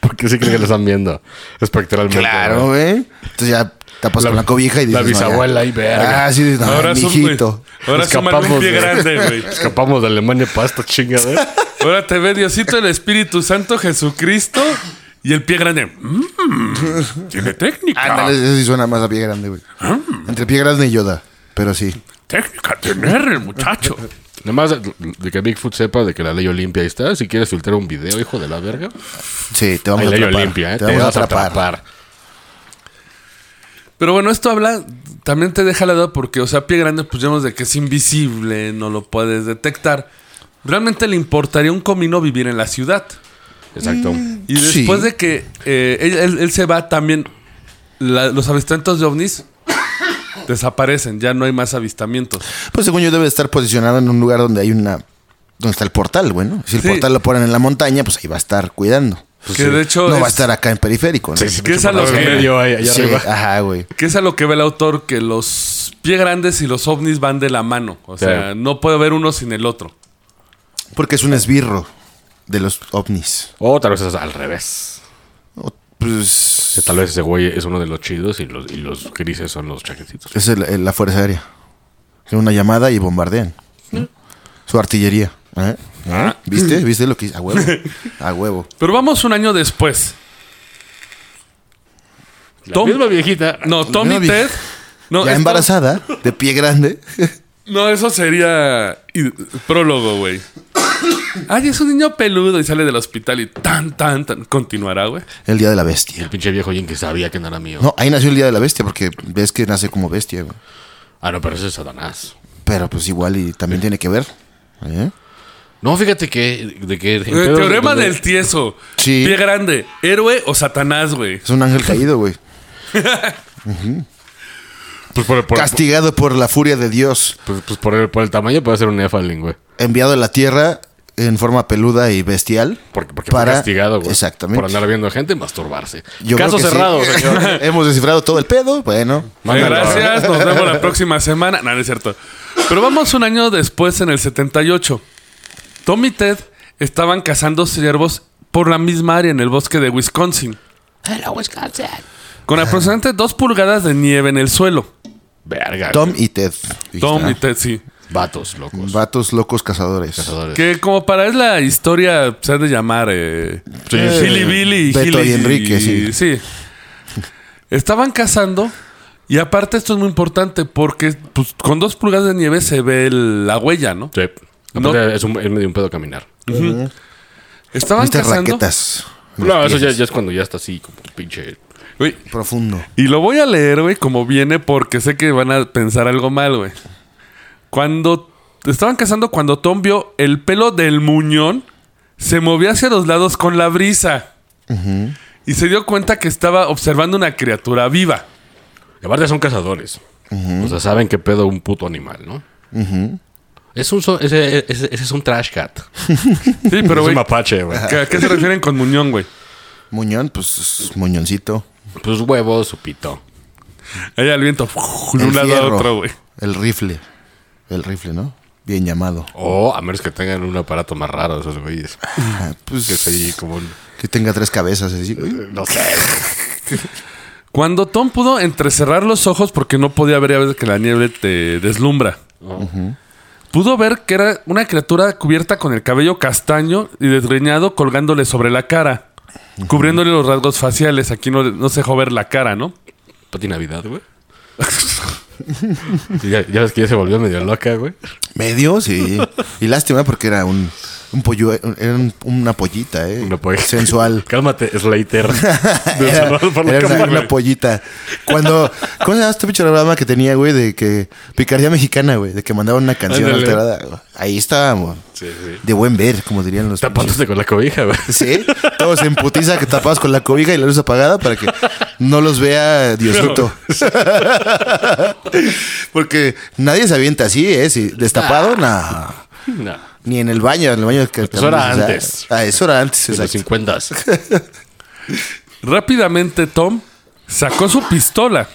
D: Porque sí creen que lo están viendo espectralmente.
C: Claro,
D: güey.
C: güey. Entonces ya tapas con la cobija y dices.
D: la bisabuela
C: no, ya.
D: ahí, verga.
C: Ah, sí, dices, no,
B: Ahora, son, güey,
C: mijito.
B: ahora súmale un
D: Escapamos
B: pie
D: de-
B: grande, *laughs* güey.
D: Escapamos de Alemania para esta chingadera.
B: Ahora te ve Diosito, el Espíritu Santo, Jesucristo y el pie grande. Mm, tiene técnica.
C: Ándale, eso sí suena más a pie grande, güey.
B: Ah.
C: Entre pie grande y Yoda. Pero sí.
B: Técnica tener el muchacho.
D: *laughs* Nada más de, de que Bigfoot sepa de que la ley Olimpia ahí está. Si quieres filtrar un video, hijo de la verga.
C: Sí, te vamos
D: Hay
C: a
D: ley
C: atrapar.
D: Olimpia, ¿eh?
C: Te vamos a atrapar.
B: Pero bueno, esto habla, también te deja la duda porque, o sea, pie grande, pues vemos de que es invisible, no lo puedes detectar. Realmente le importaría a un comino vivir en la ciudad.
D: Exacto.
B: Y
C: Sí.
B: después de que eh, él, él- él se va también, la- los avistamientos de ovnis *coughs* desaparecen, ya no hay más avistamientos.
C: Pues según yo debe estar posicionado en un lugar donde hay una... Donde está el portal, güey, ¿no? Si el
B: Sí.
C: portal lo ponen en la montaña, pues ahí va a estar cuidando.
B: que de hecho
C: no va a
B: es-
C: estar acá en periférico, ¿no? Sí,
B: Este, que es a lo
D: En
B: que-
D: medio, ahí, allá arriba.
C: ajá, güey.
B: Que es a lo que ve el autor, que los pie grandes y los ovnis van de la mano. O sea,
D: Sí.
B: no puede haber uno sin el otro.
C: Porque es un esbirro de los ovnis.
D: O tal vez es al revés.
C: O- Pues...
D: Tal vez ese güey es uno de los chidos y los, y los grises son los chaquetitos.
C: Es el- el- la Fuerza Aérea. Tienen Una llamada y bombardean. ¿no? Su artillería. ¿eh?
B: *clears throat*
C: ¿Viste? ¿Viste lo que hizo? A huevo.
B: *laughs*
C: A huevo.
B: Pero vamos un año después. Tom-
D: viejita.
B: no, Tom
C: No,
B: y
C: vi-
B: Ted. No,
C: ya
B: esto-
C: embarazada, de pie grande.
B: No, eso sería i- prólogo, güey. Ay, es un niño peludo y sale del hospital y tan, tan, tan. Continuará, güey.
C: El día de la
D: Y el
C: bestia.
D: pinche viejo Jim que sabía que no era mío.
C: No, ahí nació el día de la bestia porque ves que nace como bestia. güey.
D: Ah, no, pero ese es Satanás.
C: Pero pues igual y también tiene que ver. ¿eh?
D: No, fíjate que. De que
B: El teorema del
D: pues,
B: tieso.
C: Sí.
B: Pie grande, héroe o satanás, güey.
C: Es un ángel caído, güey.
D: Pues por, *laughs* por-
C: Castigado por la furia de Dios.
D: pues- pues por el, por el tamaño puede ser un Nephilim, güey.
C: Enviado a la tierra en forma peluda y bestial.
D: Porque, porque fue castigado, güey.
C: Exactamente.
D: Por andar viendo a gente y masturbarse.
C: Yo creo
D: Caso
C: que sí. *laughs*
D: cerrado, señor.
C: Hemos descifrado todo el pedo. Bueno,
D: Mándalo.
B: Gracias, nos vemos la próxima semana. No, no es cierto. Pero vamos un año después, en el 78. Tom y Ted estaban cazando ciervos por la misma área en el bosque de Wisconsin. Con aproximadamente dos pulgadas de nieve en el suelo.
D: Verga.
C: Tom y Ted.
B: Tom
C: Dijiste,
B: y Ted, sí.
D: Vatos,
C: ah,
D: locos.
C: Vatos locos cazadores.
D: Cazadores.
B: Que como para es la historia, se ha de llamar eh, Hilly Billy
C: Beto
B: Hilly-
C: y Enrique, sí.
B: sí. Estaban cazando y aparte esto es muy importante porque pues, con dos pulgadas de nieve se ve el- la huella, ¿no?
D: Sí. Aparte, Es, un, es medio un pedo caminar.
B: Estaban
C: Viste
B: cazando.
C: raquetas.
D: No, eso ya, ya es cuando ya está así, como pinche.
B: Güey,
C: Profundo.
B: y lo voy a leer, güey, como viene porque sé que van a pensar algo mal, güey. Cuando estaban cazando, cuando Tom vio el pelo del muñón, se movió hacia los lados con la brisa. Y se dio cuenta que estaba observando una criatura viva.
D: Y Aparte son cazadores. O sea, saben qué pedo un puto animal, ¿no? Es un so- ese, ese- ese es un trash cat.
B: Sí,
C: *laughs*
B: pero,
D: es un
B: güey,
D: mapache, güey.
B: ¿a qué se refieren con muñón, güey?
C: Muñón, pues muñoncito.
D: Pues huevos, su pito.
B: Allá el viento, *laughs* de
C: El
B: un lado a
C: fierro,
B: otro, güey.
C: El rifle. El rifle, ¿no? Bien llamado.
D: O a menos que tengan un aparato más raro de esos güeyes.
C: Ah, pues,
D: Que es ahí como un-
C: Que tenga tres cabezas. así. Uy,
D: Eh, No sé.
B: Cuando Tom pudo entrecerrar los ojos porque no podía ver a veces que la nieve te deslumbra. Pudo ver que era una criatura cubierta con el cabello castaño y desgreñado colgándole sobre la cara, cubriéndole los rasgos faciales. Aquí no, no se dejó ver la cara, ¿no?
D: Pati Navidad, *laughs* güey. Sí, ya, ya ves que ya se volvió medio loca, güey. *laughs*
C: Medio, sí. Y lástima porque era un, un pollo, era un- una pollita, ¿eh?
D: Una polla.
C: Sensual.
D: *laughs* Cálmate, Slater. *laughs*
C: *laughs* Era,
D: Desarrollado por la
C: era
D: cámara,
C: una, una
D: güey.
C: pollita. Cuando. ¿Cómo se llama este pinche programa que tenía, güey? De que. Picardía mexicana, güey. De que mandaban una canción
D: Ándale.
C: alterada. Ahí estábamos.
D: Sí, sí.
C: De buen ver, como dirían los.
D: Tapándote con la cobija, güey.
C: Sí, todos en putiza que tapados con la cobija y la luz apagada para que no los
D: *laughs*
C: vea Diosito. Porque nadie se avienta así, ¿eh? Si destapado, no.
D: No.
C: Ni en el baño, en el baño que
D: Eso era antes.
C: Ah, eso era antes,
D: De los
C: exacto.
D: 50. *laughs*
B: Rápidamente Tom sacó su pistola,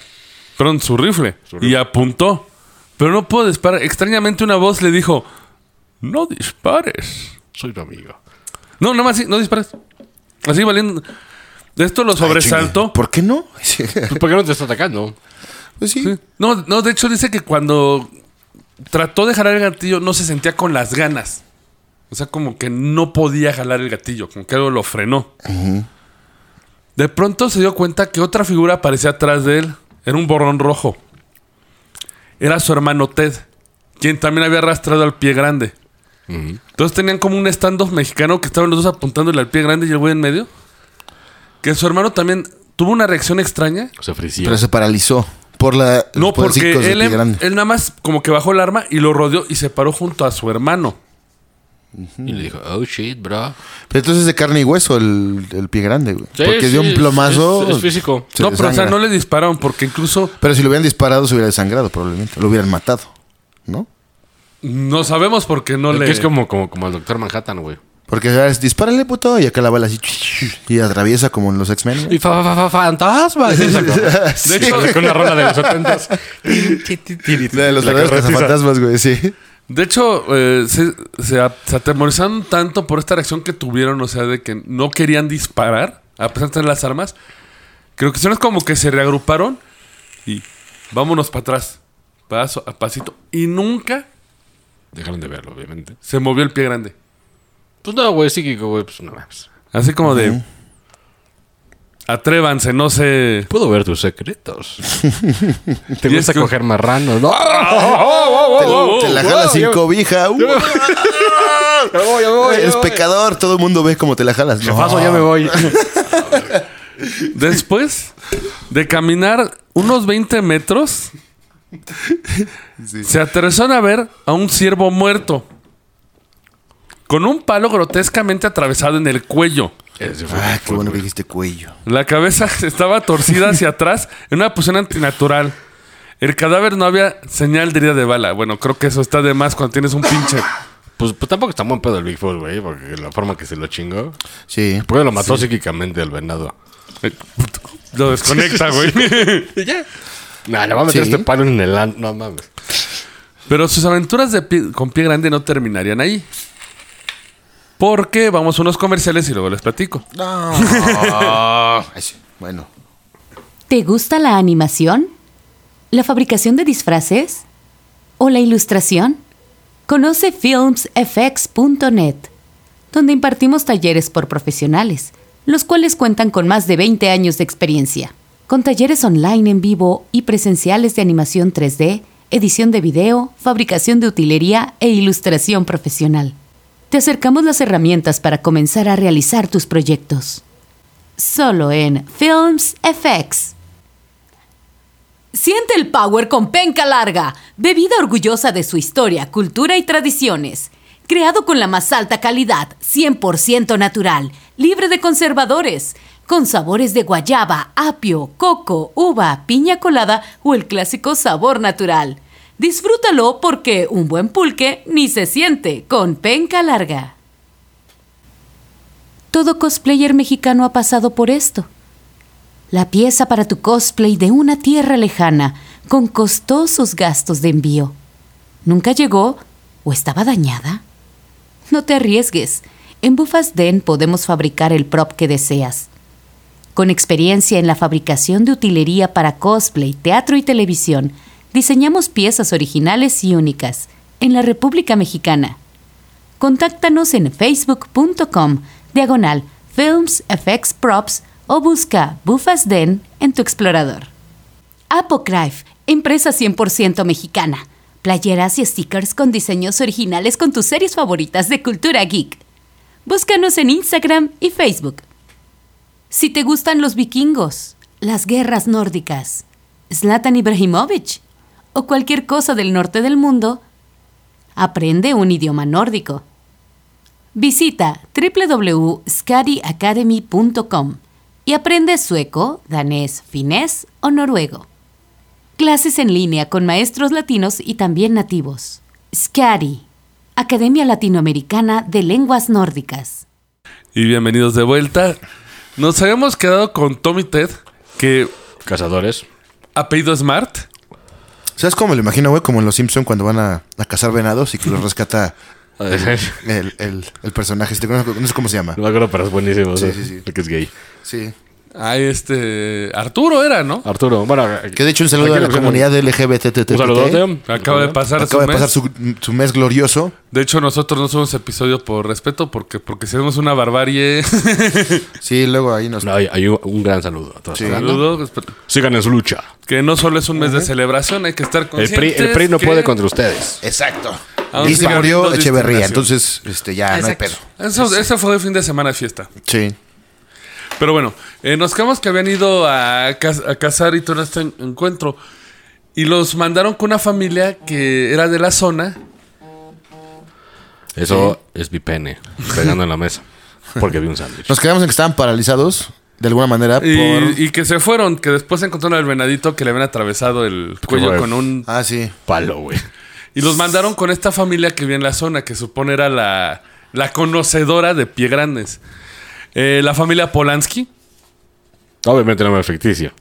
B: perdón, su rifle, y apuntó. Pero no pudo disparar. Extrañamente una voz le dijo, no dispares.
D: Soy tu amigo.
B: No, nada más así, no dispares. Así valiendo. De esto lo sobresaltó.
C: ¿Por qué no? *laughs* Sí.
D: Pues, ¿Por qué no te está atacando?
C: Pues sí.
B: Sí. No, no, de hecho dice que cuando trató de jalar el gatillo no se sentía con las ganas. O sea, como que no podía jalar el gatillo, como que algo lo frenó. De pronto se dio cuenta que otra figura aparecía atrás de él. Era un borrón rojo. Era su hermano Ted, quien también había arrastrado al pie grande. Entonces tenían como un stand-off mexicano que estaban los dos apuntándole al pie grande y el güey en medio. Que su hermano también tuvo una reacción extraña
D: Se ofreció.
C: Pero se paralizó por la.
B: no,
C: por el
B: porque
C: cinco de
B: él,
D: em-
B: em-
C: pie
D: eh-
C: grande.
B: él nada más como que bajó el arma y lo rodeó y se paró junto a su hermano.
D: Y le dijo, oh shit, bro.
C: Pero entonces es de carne y hueso el, el pie grande, güey.
D: Sí,
C: porque dio
D: sí,
C: un plomazo.
D: es- es físico.
C: se
B: no, pero o sea,
C: desangra.
B: no le dispararon porque incluso
C: Pero si lo hubieran disparado, se hubiera desangrado, probablemente. Lo hubieran matado, ¿no?
B: no sabemos porque no le...
D: Es como, como, como el doctor Manhattan, güey.
C: Porque ya es, dispárale, puto, y acá la bala así y atraviesa como en los X-Men. güey.
D: Y fa, fa, fa,
C: *laughs*
D: fantasma.
B: De hecho,
D: con una rola de los 70
C: La de los verdaderos cazafantasmas, güey, sí.
B: de hecho eh, se, se a- se atemorizaron tanto por esta reacción que tuvieron, o sea, de que no querían disparar, a pesar de tener las armas. Creo que son como que se reagruparon y vámonos para atrás, paso a pasito. Y nunca
D: Dejaron de verlo, obviamente.
B: se movió el pie grande.
D: Pues no, güey, psíquico, güey. Pues no mames.
B: Así como de... Atrévanse, no se...
D: Puedo ver tus
C: *laughs*
D: secretos. Te
B: Y es
D: gusta
B: que-
D: coger marranos, ¿no? Oh,
C: Te, te la jalas sin cobija. uh. Eres pecador, todo el mundo ve cómo te la jalas. No.
D: Paso, ya me voy.
B: Después de caminar unos 20 metros, se aterrizó a ver a un ciervo muerto con un palo grotescamente atravesado en el cuello.
D: Ese fue-
C: Ah, qué
D: fue-
C: bueno que dijiste cuello.
B: La cabeza *laughs* estaba torcida hacia atrás en una posición antinatural. El cadáver no había señal de herida de bala. Bueno, creo que eso está de más cuando tienes un pinche
D: Pues, pues tampoco está buen pedo el Bigfoot, güey, porque la forma que se lo chingó.
C: Sí.
D: Porque lo mató psíquicamente al venado.
B: eh, Lo desconecta, güey.
D: Nah, le va a meter
C: Sí.
D: este palo en el an... No mames.
B: Pero sus aventuras de pie- con pie grande no terminarían ahí. Porque vamos a unos comerciales y luego les platico.
D: Ah.
C: *laughs* Ay, sí. Bueno.
A: ¿Te gusta la animación? ¿La fabricación de disfraces? ¿O la ilustración? Conoce filmsfx.net, donde impartimos talleres por profesionales, los cuales cuentan con más de 20 años de experiencia, con talleres online en vivo y presenciales de animación 3D, edición de video, fabricación de utilería e ilustración profesional. Te acercamos las herramientas para comenzar a realizar tus proyectos solo en Films FX. Siente el power con penca larga, bebida orgullosa de su historia, cultura y tradiciones. Creado con la más alta calidad, 100% natural, libre de conservadores, con sabores de guayaba, apio, coco, uva, piña colada o el clásico sabor natural. Disfrútalo porque un buen pulque ni se siente con penca larga. Todo cosplayer mexicano ha pasado por esto. La pieza para tu cosplay de una tierra lejana, con costosos gastos de envío. ¿Nunca llegó o estaba dañada? No te arriesgues. En Bufas Den podemos fabricar el prop que deseas. Con experiencia en la fabricación de utilería para cosplay, teatro y televisión, diseñamos piezas originales y únicas en la República Mexicana contáctanos en facebook.com diagonal films FX props o busca Bufas Den en tu explorador. Apocryph, empresa 100% mexicana. Playeras y stickers con diseños originales con tus series favoritas de cultura geek. Búscanos en Instagram y Facebook. Si te gustan los vikingos, las guerras nórdicas, Zlatan Ibrahimovic o cualquier cosa del norte del mundo, Aprende un idioma nórdico. Visita www.skadiacademy.com y aprende sueco, danés, finés o noruego. Clases en línea con maestros latinos y también nativos. SCADI, Academia Latinoamericana de Lenguas Nórdicas.
B: Y bienvenidos de vuelta. Nos habíamos quedado con Tommy Ted, que
D: Cazadores.
B: apellido Smart.
C: ¿Sabes cómo me lo imagino, güey? Como en Los Simpson cuando van a, a cazar venados y que los rescata
D: *laughs* no
C: el, el- el personaje. Este, no, sé- no sé cómo se llama.
D: me acuerdo, pero es buenísimo. Sí,
C: sí, sí.
D: Porque es gay.
C: Sí.
B: Ay, este. Arturo era, ¿no?
D: Arturo, bueno. eh,
C: Que de hecho un saludo a la comunidad LGBT.
D: Un saludote.
B: Acaba de pasar su
C: Acaba de
B: mes.
C: pasar su, su mes glorioso.
B: De hecho, nosotros no somos episodio por respeto, porque, porque si hacemos una barbarie. *laughs*
C: Sí, luego ahí nos...
D: No, hay, hay un, un gran saludo a todos.
C: Sí.
B: Saludo.
D: Sigan en su lucha.
B: pues, Que no solo es un mes de celebración, hay que estar
D: El
B: conscientes.
D: PRI, el PRI no
B: que-
D: puede contra ustedes.
C: Exacto.
B: Aún
C: Y se
B: sigan
C: murió
B: habiendo
C: Echeverría,
B: discriminación.
C: entonces este, ya no hay pedo.
B: Eso, ese fue el fin de semana de fiesta.
C: Sí.
B: Pero bueno, eh, nos quedamos que habían ido a, caz- a cazar y todo este en- encuentro. Y los mandaron con una familia que era de la zona.
D: Eso es mi pene pegando en la mesa. Porque vi un sándwich.
C: Nos quedamos en que estaban paralizados, de alguna manera,
B: Y,
C: por...
B: y que se fueron, que después encontraron al venadito que le habían atravesado el cuello
D: horror.
B: con un...
C: Ah, sí.
D: Palo, güey.
B: Y los mandaron con esta familia que vive en la zona, que supone era la, la conocedora de pie grandes. Eh, la familia Polanski.
D: Obviamente no me ficticio.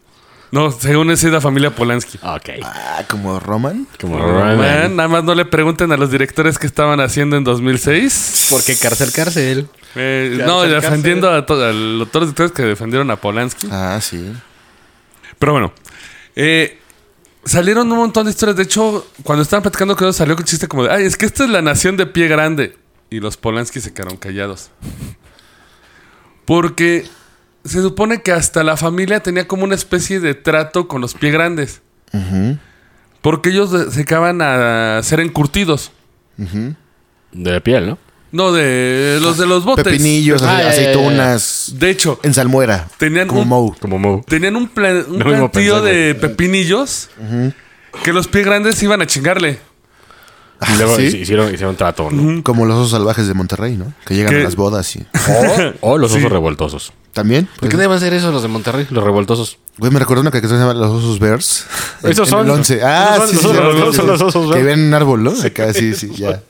B: No, según es la familia Polanski.
D: Ok.
C: Ah, como Roman.
D: Como
B: Man, nada más no le pregunten a los directores qué estaban haciendo en 2006.
F: Porque cárcel, cárcel.
B: Eh, no, defendiendo a, to- a los todos los directores que defendieron a Polanski.
C: Ah, sí.
B: Pero bueno, eh, salieron un montón de historias. De hecho, cuando estaban platicando con ellos salió el chiste como de, ay, es que esta es la nación de pie grande. Y los Polanski se quedaron callados. Porque se supone que hasta la familia tenía como una especie de trato con los pie grandes. Porque ellos de- se acaban a ser encurtidos.
D: De piel, ¿no?
B: No, de los de los botes.
C: Pepinillos, ace-
F: Ah, ya, ya, ya.
C: aceitunas,
B: De hecho,
C: en salmuera.
B: Tenían
C: como
B: un-
C: Moe.
D: Como Mo.
B: tenían un, pla- un
D: No me iba a
B: plantillo
D: pensar,
B: de pepinillos que los pies grandes iban a chingarle.
D: Y luego
C: *laughs* Ah, ¿sí?
D: hic- hicieron, hicieron trato,
C: *laughs*
D: ¿no?
C: Como los osos salvajes de Monterrey, ¿no? Que llegan
B: ¿Qué?
C: a las bodas y...
D: O, o los osos revoltosos.
C: ¿También?
D: ¿Por qué deben ser esos los de Monterrey? Los revoltosos.
C: Güey, me recuerdo una caricatura que se llama Los Osos Bears. En-
D: Esos
C: en
D: son-
C: el 11. Ah,
D: esos son-
C: sí, sí,
D: esos
C: sí,
D: son-
C: sí,
D: son
C: sí.
D: los osos
C: Que
D: Bears.
C: ven en un árbol, ¿no? Acá, sí, sí, ya.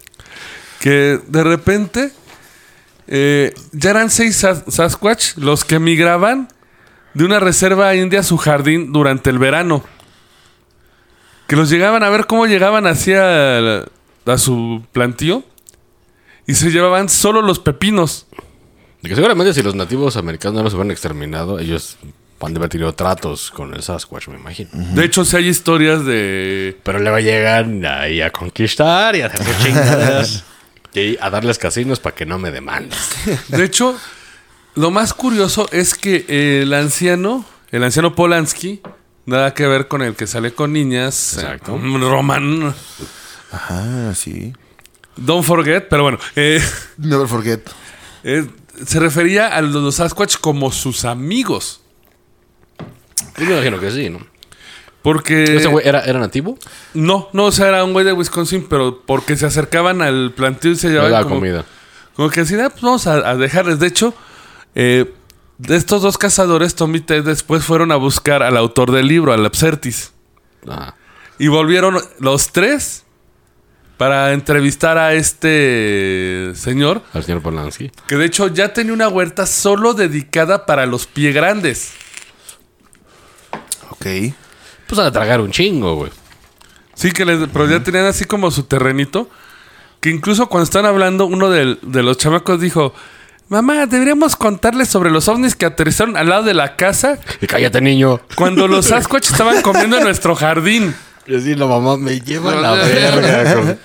B: que de repente eh, ya eran seis Sas- Sasquatch los que migraban de una reserva india a su jardín durante el verano. Que los llegaban a ver cómo llegaban hacia la- a su plantío y se llevaban solo los pepinos.
D: De que seguramente si los nativos americanos no los hubieran exterminado, ellos han de haber tenido tratos con el Sasquatch, me imagino.
B: De hecho, sí hay historias de...
D: Pero luego llegan ahí a conquistar y a hacer *laughs* chingadas. y a darles casinos para que no me *laughs* demandes.
B: De hecho, lo más curioso es que el anciano, el anciano Polanski, nada que ver con el que sale con niñas, eh,
D: Exacto.
B: un Roman,
C: Ajá, sí.
B: don't forget, pero bueno, eh,
C: Never forget.
B: eh, se refería a los Sasquatch como sus amigos.
D: Yo me imagino que sí, ¿no?
B: Porque...
D: ¿Este güey era, era nativo?
B: No, no, o sea, era un güey de Wisconsin, pero porque se acercaban al plantío y se
D: No
B: llevaban
D: daba
B: como-
D: comida.
B: Como que así, ah, pues vamos a, a dejarles. De hecho, eh, de estos dos cazadores, Tommy y Ted, después fueron a buscar al autor del libro, al Lapsertis.
D: Ah.
B: Y volvieron los tres para entrevistar a este señor,
D: Al señor Polanski.
B: que de hecho ya tenía una huerta solo dedicada para los pie grandes.
C: Ok.
D: Pues a tragar un chingo, güey.
B: Sí, que les, pero ya tenían así como su terrenito. Que incluso cuando están hablando, uno del- de los chamacos dijo: Mamá, deberíamos contarles sobre los ovnis que aterrizaron al lado de la casa
D: Y cállate, niño.
B: Cuando los Sasquatch estaban comiendo en nuestro jardín.
D: Y así la mamá me lleva a la *laughs* verga. Eh. con eh,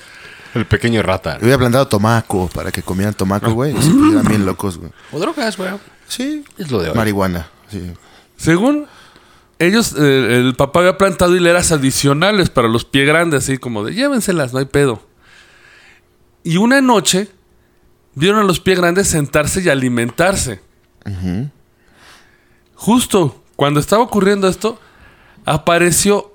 D: el pequeño rata.
C: Le hubiera plantado tomaco para que comieran tomaco, güey. Y se pusieran bien locos, güey.
D: O drogas, güey.
C: Sí.
D: Es lo de hoy.
C: Marihuana. Sí.
B: Según ellos, eh, el papá había plantado hileras adicionales para los pie grandes, así como de llévenselas, no hay pedo. Y una noche vieron a los pie grandes sentarse y alimentarse. Justo cuando estaba ocurriendo esto, apareció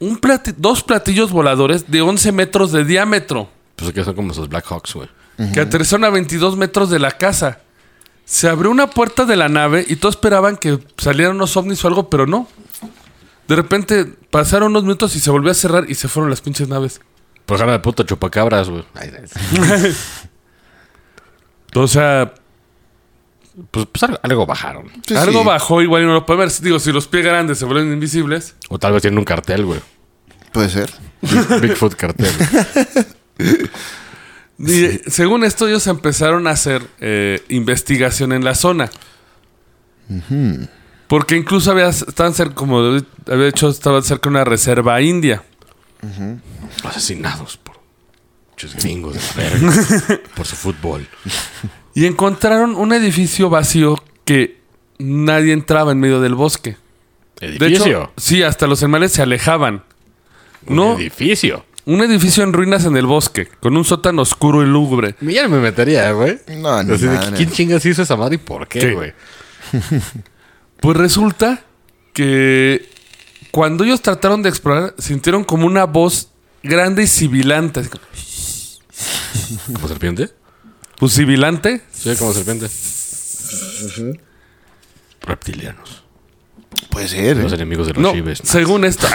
B: un plati- dos platillos voladores de 11 metros de diámetro.
D: Pues que son como esos Black Hawks, güey.
B: que aterrizaron a 22 metros de la casa. Se abrió una puerta de la nave y todos esperaban que salieran unos ovnis o algo, pero no. De repente pasaron unos minutos y se volvió a cerrar y se fueron las pinches naves.
D: Por cara Pues de puto chupacabras, güey.
B: O sea,
D: Pues, pues al- algo bajaron.
C: Sí,
B: algo
C: sí.
B: bajó igual y no lo puede ver. Digo, si los pies grandes se vuelven invisibles.
D: O tal vez tienen un cartel, güey.
C: Puede ser.
D: Big- Bigfoot cartel. *laughs*
B: Y, eh, según esto, ellos empezaron a hacer eh, investigación en la zona. Porque incluso había, estaban cerca, como había hecho, estaban cerca de una reserva india.
D: Asesinados por muchos gringos de *laughs* la verga. por su fútbol.
B: Y encontraron un edificio vacío que nadie entraba en medio del bosque. De
D: Edificio.
B: hecho, sí, hasta los animales se alejaban.
D: un
B: no.
D: edificio.
B: Un edificio en ruinas en el bosque, con un sótano oscuro y lúgubre.
D: Ya me metería, güey.
C: No, ni
D: Así de,
C: madre.
D: ¿Quién chingas hizo esa madre y por
B: Sí.
D: qué, güey?
B: Pues resulta que cuando ellos trataron de explorar, sintieron como una voz grande y sibilante. Así como,
D: ¿Como serpiente?
B: Pues sibilante.
D: Sí, como serpiente. Reptilianos.
C: Puede ser.
D: Los
C: ¿eh?
D: enemigos de los
B: No,
D: chives.
B: según esto.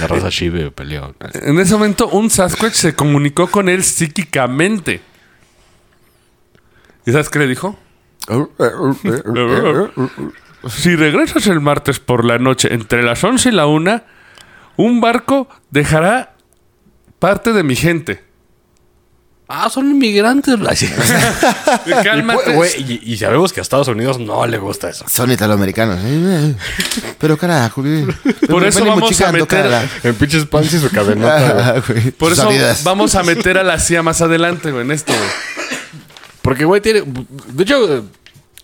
D: La *laughs* raza chive
C: *laughs*
D: peleó.
B: en ese momento, un Sasquatch se comunicó con él psíquicamente. ¿Y sabes qué le dijo? Si regresas el martes por la noche entre las 11 y la 1, un barco dejará parte de mi gente. *laughs*
D: Ah, son *laughs* inmigrantes. Así.
B: Cálmate.
D: Güey, y, y sabemos que a Estados Unidos no le gusta eso.
C: Son italoamericanos. Eh, eh. Pero carajo. eh.
B: Por eso
C: Venimos
B: vamos a
C: chicando,
B: meter-
D: En pinches pants y su cadenota. *laughs* güey.
C: *laughs* Ah, güey.
B: Por eso
C: Salidas.
B: vamos a meter a la CIA más adelante, güey, en esto, güey.
D: Porque, güey, tiene. De hecho, eh,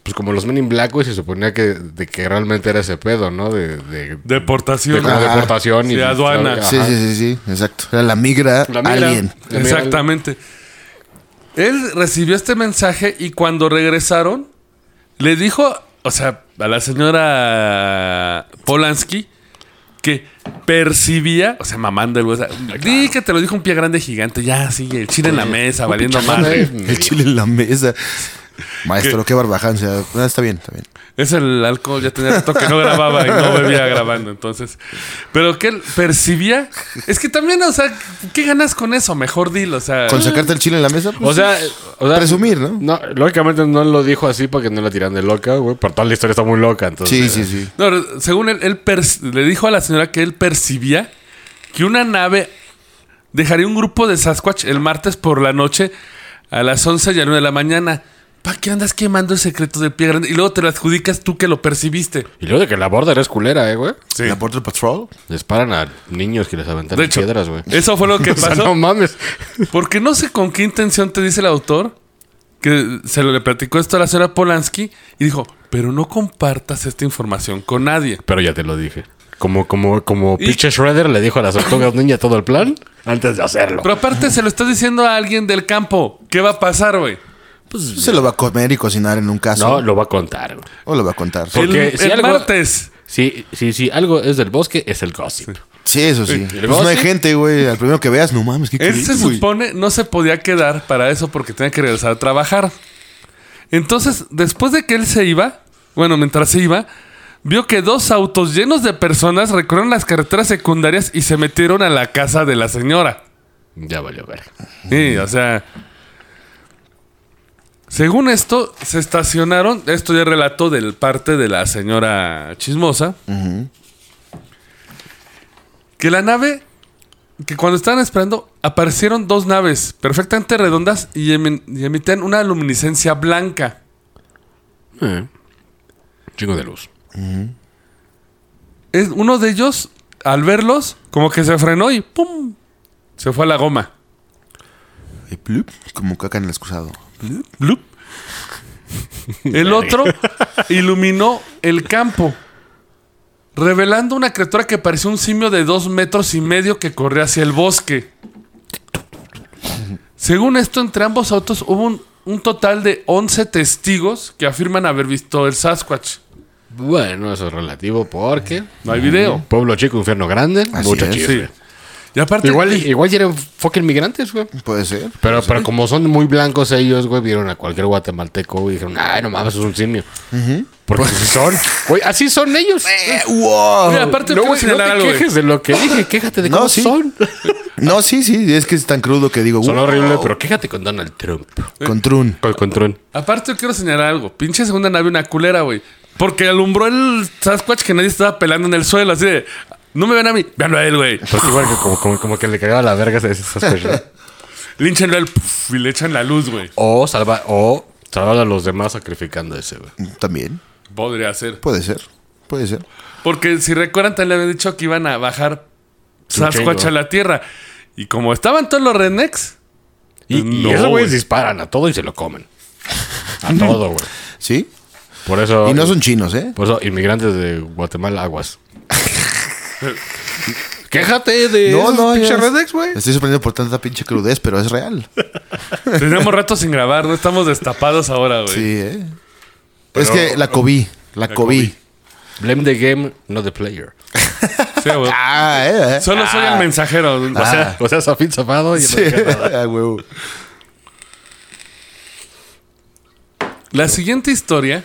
D: pues como los Men in Black, güey, se suponía que, de que realmente era ese pedo, ¿no? De. de, de
B: Deportación.
D: como
C: Ah,
D: deportación y.
B: sí, aduana.
D: Ajá.
C: Sí, sí, sí, sí. Exacto. Era la migra,
D: La migra.
C: alien.
B: Exactamente. Él recibió este mensaje y cuando regresaron, le dijo, o sea, a la señora Polanski que percibía, o sea, mamando el güey, o sea, di que te lo dijo un pie grande gigante, ya, sí, el chile en la mesa, valiendo madre.
C: El chile en la mesa. Maestro, qué barbajancia. Ah, está bien, está bien.
B: Es el alcohol, ya tenía rato que no grababa y no bebía grabando, entonces. Pero que él percibía. Es que también, o sea, ¿qué ganas con eso? Mejor dilo, o sea.
C: Con sacarte el chile en la mesa, pues,
D: Ah. O sea, o sea,
C: presumir, ¿no?
D: no, lógicamente no lo dijo así para que no la tiran de loca, güey. Pero toda la historia está muy loca, entonces.
C: Sí, sí, sí.
B: No, según él, él perci- le dijo a la señora que él percibía que una nave dejaría un grupo de Sasquatch el martes por la noche a las 11 y a 9 de la mañana. ¿Para qué andas quemando el secreto del pie grande? Y luego te lo adjudicas tú que lo percibiste.
D: Y luego de que la border es culera, eh, güey.
B: Sí.
C: La Border Patrol.
D: Les paran a niños que les aventan
B: De hecho,
D: piedras, güey.
B: eso fue lo que
D: *laughs* O sea,
B: pasó.
D: no mames.
B: Porque no sé con qué intención te dice el autor que se lo le platicó esto a la señora Polanski y dijo, pero no compartas esta información con nadie.
D: Pero ya te lo dije. Como, como, como
B: Y-
D: pinche Shredder le dijo a las tortugas ninja todo el plan antes de hacerlo.
B: Pero aparte se lo estás diciendo a alguien del campo. ¿Qué va a pasar, güey?
C: Pues se lo va a comer y cocinar en un caso.
D: no, lo va a contar, güey.
C: O lo va a contar.
D: Porque
B: el
D: si
B: el
D: algo-
B: martes.
D: Sí, sí, sí. Algo es del bosque, es el gossip.
C: Sí, eso sí. Pues
D: luego
C: no hay
D: sí.
C: gente, güey. Al primero que veas, no mames, qué
B: Él se
C: culito, güey.
B: supone no se podía quedar para eso porque tenía que regresar a trabajar. Entonces, después de que él se iba, bueno, mientras se iba, vio que dos autos llenos de personas recorrieron las carreteras secundarias y se metieron a la casa de la señora.
D: Ya valió ver.
B: Sí, o sea. Según esto, se estacionaron. Esto ya relato del parte de la señora chismosa. Que la nave. Que cuando estaban esperando, aparecieron dos naves perfectamente redondas y, emi- y emitían una luminiscencia blanca.
D: Chingo de luz.
B: Es, uno de ellos, al verlos, como que se frenó y ¡pum! Se fue a la goma.
C: Y plup, Como caca en el excusado.
B: Blup. El otro iluminó el campo, revelando una criatura que parecía un simio de dos metros y medio que corría hacia el bosque. Según esto, entre ambos autos hubo un, un total de 11 testigos que afirman haber visto el Sasquatch.
D: Bueno, eso es relativo porque.
B: No hay video.
D: Pueblo chico, infierno grande.
C: Así
D: mucho
C: es.
D: chisme.
B: Y aparte,
D: Igual, igual ya eran fucking migrantes, güey.
C: Puede ser.
D: Pero, pero como son muy blancos ellos, güey, vieron a cualquier guatemalteco güey, y dijeron, ay, no mames, es un simio. Porque
C: Pues
D: así
C: *laughs*
D: son. Güey, así son ellos.
C: Eh, wow.
B: mira, aparte quiero
D: no, güey, no
B: señalar
D: te
B: algo, güey.
D: quejes de lo que dije, quéjate de
C: No,
D: cómo
C: sí. Uh.
D: son.
C: No, sí, sí. Es que es tan crudo que digo,
D: Son
C: wow,
D: horribles, pero quéjate con Donald Trump.
C: con Trun.
D: Con, con Trump.
B: Aparte, yo quiero señalar algo. Pinche segunda nave, una culera, güey. Porque alumbró el Sasquatch que nadie estaba pelando en el suelo, así de. No me ven a mí, véanlo a él, güey.
D: Porque igual que como, como, como que le cagaba la verga esas- esas cosas.
B: Línchenlo al puf, y le echan la luz, güey.
D: O salva, o salvar a los demás sacrificando ese, güey.
C: También.
B: Podría ser.
C: Puede ser. Puede ser.
B: Porque si recuerdan, también le habían dicho que iban a bajar Sasquatch
D: chingo.
B: a la tierra. Y como estaban todos los rednecks,
D: Y,
B: No,
D: y esos
B: güey.
D: güeyes disparan a todo y se lo comen.
C: *laughs*
D: A todo, güey.
C: ¿Sí?
D: Por eso.
C: Y no son chinos, ¿eh?
D: Por eso, inmigrantes de Guatemala, aguas. Quéjate de.
C: No,
D: esos
C: no,
D: pinches
C: ya es-
D: rednecks, güey.
C: Estoy sorprendido por tanta pinche crudez, pero es real.
B: tenemos rato sin grabar, no estamos destapados ahora, güey.
C: Sí, ¿eh? es que la COVID. La, COVID.
D: Blame the game, not the player.
B: Sí, güey.
C: Ah, ¿eh?
B: *laughs*
C: eh.
B: Solo soy el mensajero.
D: O sea, o sea, Zafín Zafado y
C: Ah. Sí. *laughs* Ah, huevo.
B: La siguiente historia,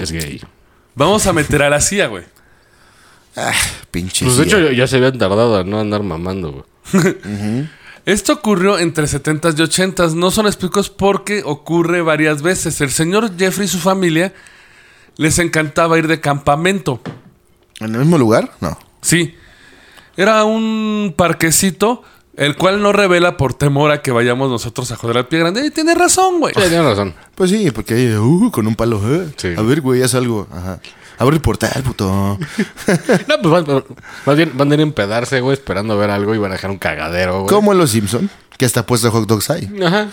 D: es gay.
B: vamos a meter a la CIA, güey.
C: Pinche.
D: Pues de
C: CIA.
D: hecho, ya se habían tardado a no andar mamando, güey.
B: Esto ocurrió entre 70s y 80s. No son explicos porque ocurre varias veces. El señor Jeffrey y su familia les encantaba ir de campamento.
C: ¿En el mismo lugar? No.
B: Sí. Era un parquecito, el cual no revela por temor a que vayamos nosotros a joder al pie grande. Y tiene razón, güey.
C: *laughs*
D: Sí, tienes razón.
C: Pues sí, porque ahí, uh, con un palo. eh.
D: Sí.
C: A ver, güey, haz algo. Ajá. Abre el portal, puto.
D: No, pues van, más bien van a ir a empedarse, güey, esperando ver algo y van a dejar un cagadero, güey.
C: Como en los Simpson, que hasta puesto hot dogs hay.
D: Ajá.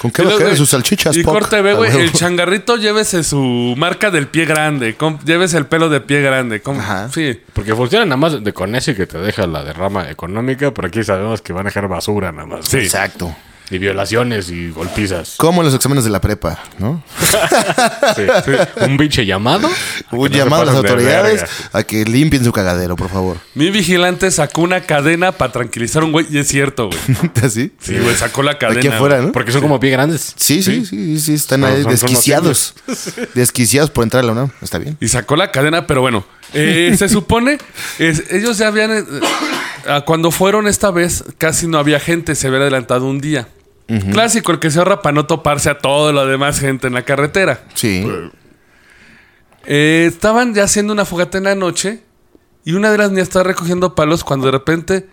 C: ¿Con qué
B: Y
C: va a
B: luego,
C: quedar
B: güey,
C: sus salchichas,
B: Y
C: Poc?
B: corte, ve,
C: Ah,
B: güey.
C: huevo.
B: El changarrito, llévese su marca del pie grande. com- Llévese el pelo de pie grande. com-
C: Ajá.
B: Sí.
D: Porque funciona nada más de con eso y que te deja la derrama económica, pero aquí sabemos que van a dejar basura nada más.
B: Sí.
C: Exacto.
D: Y violaciones y
C: *laughs*
D: golpizas.
C: Como en los exámenes de la prepa, ¿no?
D: Sí, sí. Un pinche llamado. a
C: Un
D: que no se
C: llamado a las
D: pasen de
C: autoridades
D: verga.
C: a que limpien su cagadero, por favor.
B: Mi vigilante sacó una cadena para tranquilizar a un güey. Y es cierto, güey.
C: *laughs* ¿Así?
B: Sí, güey, sacó la cadena.
C: Aquí afuera,
B: güey.
C: Ah, ¿no?
D: Porque son como bien grandes.
C: Sí, sí, sí, sí, están
D: Son-
C: ahí
D: son- son
C: desquiciados. Desquiciados por entrar a la UNAM. Está bien.
B: Y sacó la cadena, pero bueno. Eh, se supone, es- ellos ya habían... eh, ah, cuando fueron esta vez, casi no había gente, se había adelantado un día. Clásico, el que se ahorra para no toparse a toda la demás gente en la carretera.
C: Sí.
B: Eh, estaban ya haciendo una fogata en la noche y una de las niñas estaba recogiendo palos cuando de repente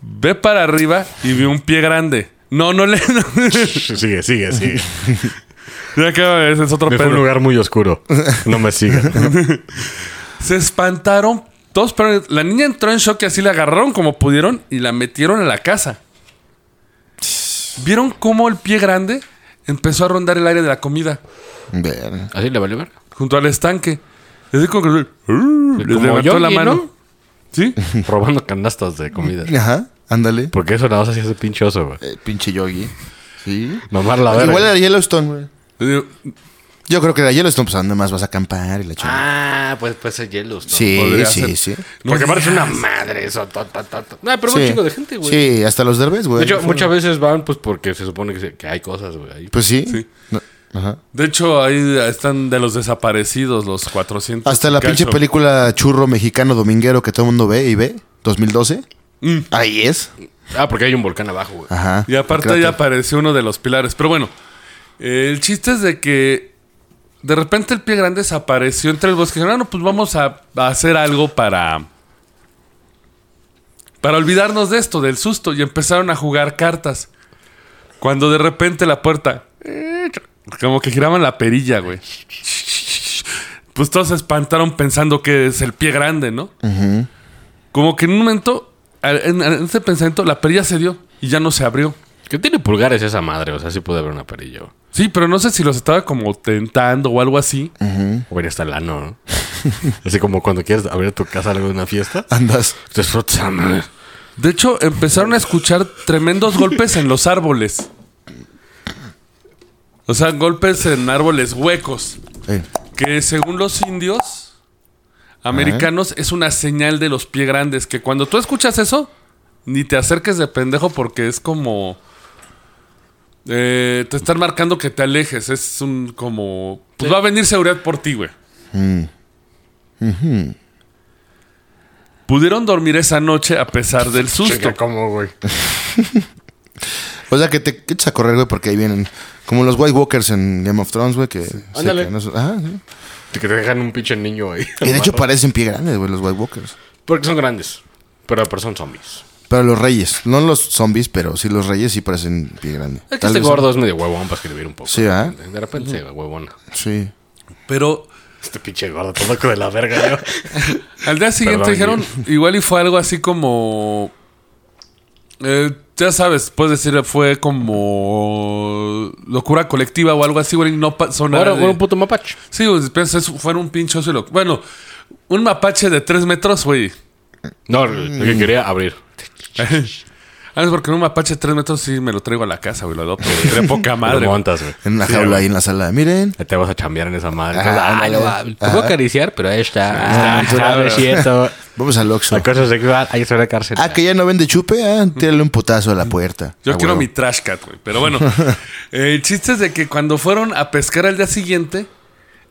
B: ve para arriba y ve un pie grande. No, no le... *laughs*
D: *laughs* Sigue, sigue, sigue.
B: ya que ese es otro
D: Me fue a un
B: pedo.
D: lugar muy oscuro. No me sigan.
B: Se espantaron todos, pero la niña entró en shock y así la agarraron como pudieron y la metieron a la casa. Vieron cómo el pie grande empezó a rondar el área de la comida
C: Ver.
E: ¿Así le valió verga?
B: junto al estanque. Y así como que "Uh", les
D: Como
B: levantó la
D: Yogi,
B: mano.
D: ¿no?
B: ¿Sí?
D: Robando canastas de
C: *laughs*
D: comida.
C: Ajá, ándale.
D: Porque eso nada más hacía ese pinche oso, güey.
C: Eh, pinche yogi. Sí.
D: Mamar la verga.
C: Igual era Yellowstone, güey.
B: Le digo,
C: Yo creo que era Yellowstone, pues nada más vas a acampar y la chingada.
E: Ah, pues puede ser hielos.
C: sí,
B: podría
C: sí,
B: ser.
C: sí.
E: Porque aparte es una madre eso. ta, ta, ta, ta. Ah, pero
C: Sí.
E: un chingo de gente, güey.
C: Sí, hasta los derbes, güey.
E: De hecho, muchas veces van pues porque se supone que, se- que hay cosas, güey. ahí.
C: Pues sí.
B: Sí.
C: No, Ajá.
B: "Ah, De hecho, ahí están de los desaparecidos, los 400.
C: Hasta la
B: y cacho.
C: pinche película churro mexicano dominguero que todo el mundo ve y ve, 2012. Ahí es.
E: Ah, porque hay un volcán abajo, güey.
C: Ajá.
B: Y aparte
C: Creo
B: ahí
C: que-
B: apareció uno de los pilares. Pero bueno, eh, el chiste es de que de repente el pie grande desapareció entre el bosque. Dijeron, "Ah, no, pues vamos a, a hacer algo para... Para olvidarnos de esto, del susto. Y empezaron a jugar cartas. Cuando de repente la puerta... Como que giraban la perilla, güey. Pues todos se espantaron pensando que es el pie grande, ¿no? Como que en un momento, al- en, en ese pensamiento, la perilla se dio y ya no se abrió.
E: ¿Qué tiene pulgares esa madre? O sea, sí puede haber una perilla. güey.
B: Sí, pero no sé si los estaba como tentando o algo así.
E: O bien está el ano,
C: *laughs*
E: ¿no?
D: Así como cuando quieres abrir tu casa algo de una fiesta.
C: Andas.
D: Te frotas a madre.
B: De hecho, empezaron a escuchar tremendos golpes en los árboles. O sea, golpes en árboles huecos.
C: Eh,
B: Que según los indios americanos es una señal de los pie grandes. Que cuando tú escuchas eso, ni te acerques de pendejo porque es como. eh, te están marcando que te alejes. Es un como. Pues va a venir seguridad por ti, güey. Pudieron dormir esa noche a pesar del susto.
D: Checa cómo,
C: *laughs*
D: güey.
C: O sea, que te que echas a correr, güey, porque ahí vienen. Como los White Walkers en Game of Thrones, güey, que. se-
D: Ándale.
C: que no son- ajá, sí.
D: Que te dejan un pinche niño ahí.
C: Y de hecho parecen pie grandes, güey, los White Walkers.
D: Porque son grandes. Pero, pero son zombies.
C: Pero los reyes, no los zombies, pero sí los reyes sí parecen pie grande.
E: Es que
C: Tal
E: este
C: vez-
E: gordo es medio huevón para escribir un poco.
C: Sí, ¿ah?
E: De repente se huevona.
C: Sí.
B: Pero
D: Este pinche gordo, todo loco de la verga, yo.
B: Al día siguiente
D: Perdón,
B: dijeron, igual y fue algo así como. eh, ya sabes, puedes decir, fue como. locura colectiva o algo así, güey, y no pasó
E: *laughs*
B: nada.
E: Ahora,
B: de-
E: güey, un puto mapache.
B: Sí, pues, piensa, eso fue un pincho oso y lo- Bueno, un mapache de tres metros, güey.
E: No, lo que quería abrir.
B: Ah, es porque un mapache de tres metros sí me lo traigo a la casa, güey, lo adopto.
E: *laughs*
B: güey, De poca madre.
E: Lo
B: güey.
E: montas, güey.
C: En una jaula ahí en la sala. Miren.
E: Ahí Te vas a chambear en esa madre.
C: Ajá,
E: Ah,
C: ándale.
E: lo va- Te puedo acariciar, pero ahí está. Ah,
D: Ah, no es *laughs* cierto.
E: *laughs*
C: Vamos al Oxxo.
D: Acoso sexual, ahí se va a la cárcel.
C: Ah, que ya no vende chupe. Ah, tírale un putazo a la puerta.
B: Yo
C: Ah,
B: quiero
C: huevo.
B: mi trash cat, güey.
E: *laughs*
B: Pero bueno, Eh, el chiste es de que cuando fueron a pescar al día siguiente,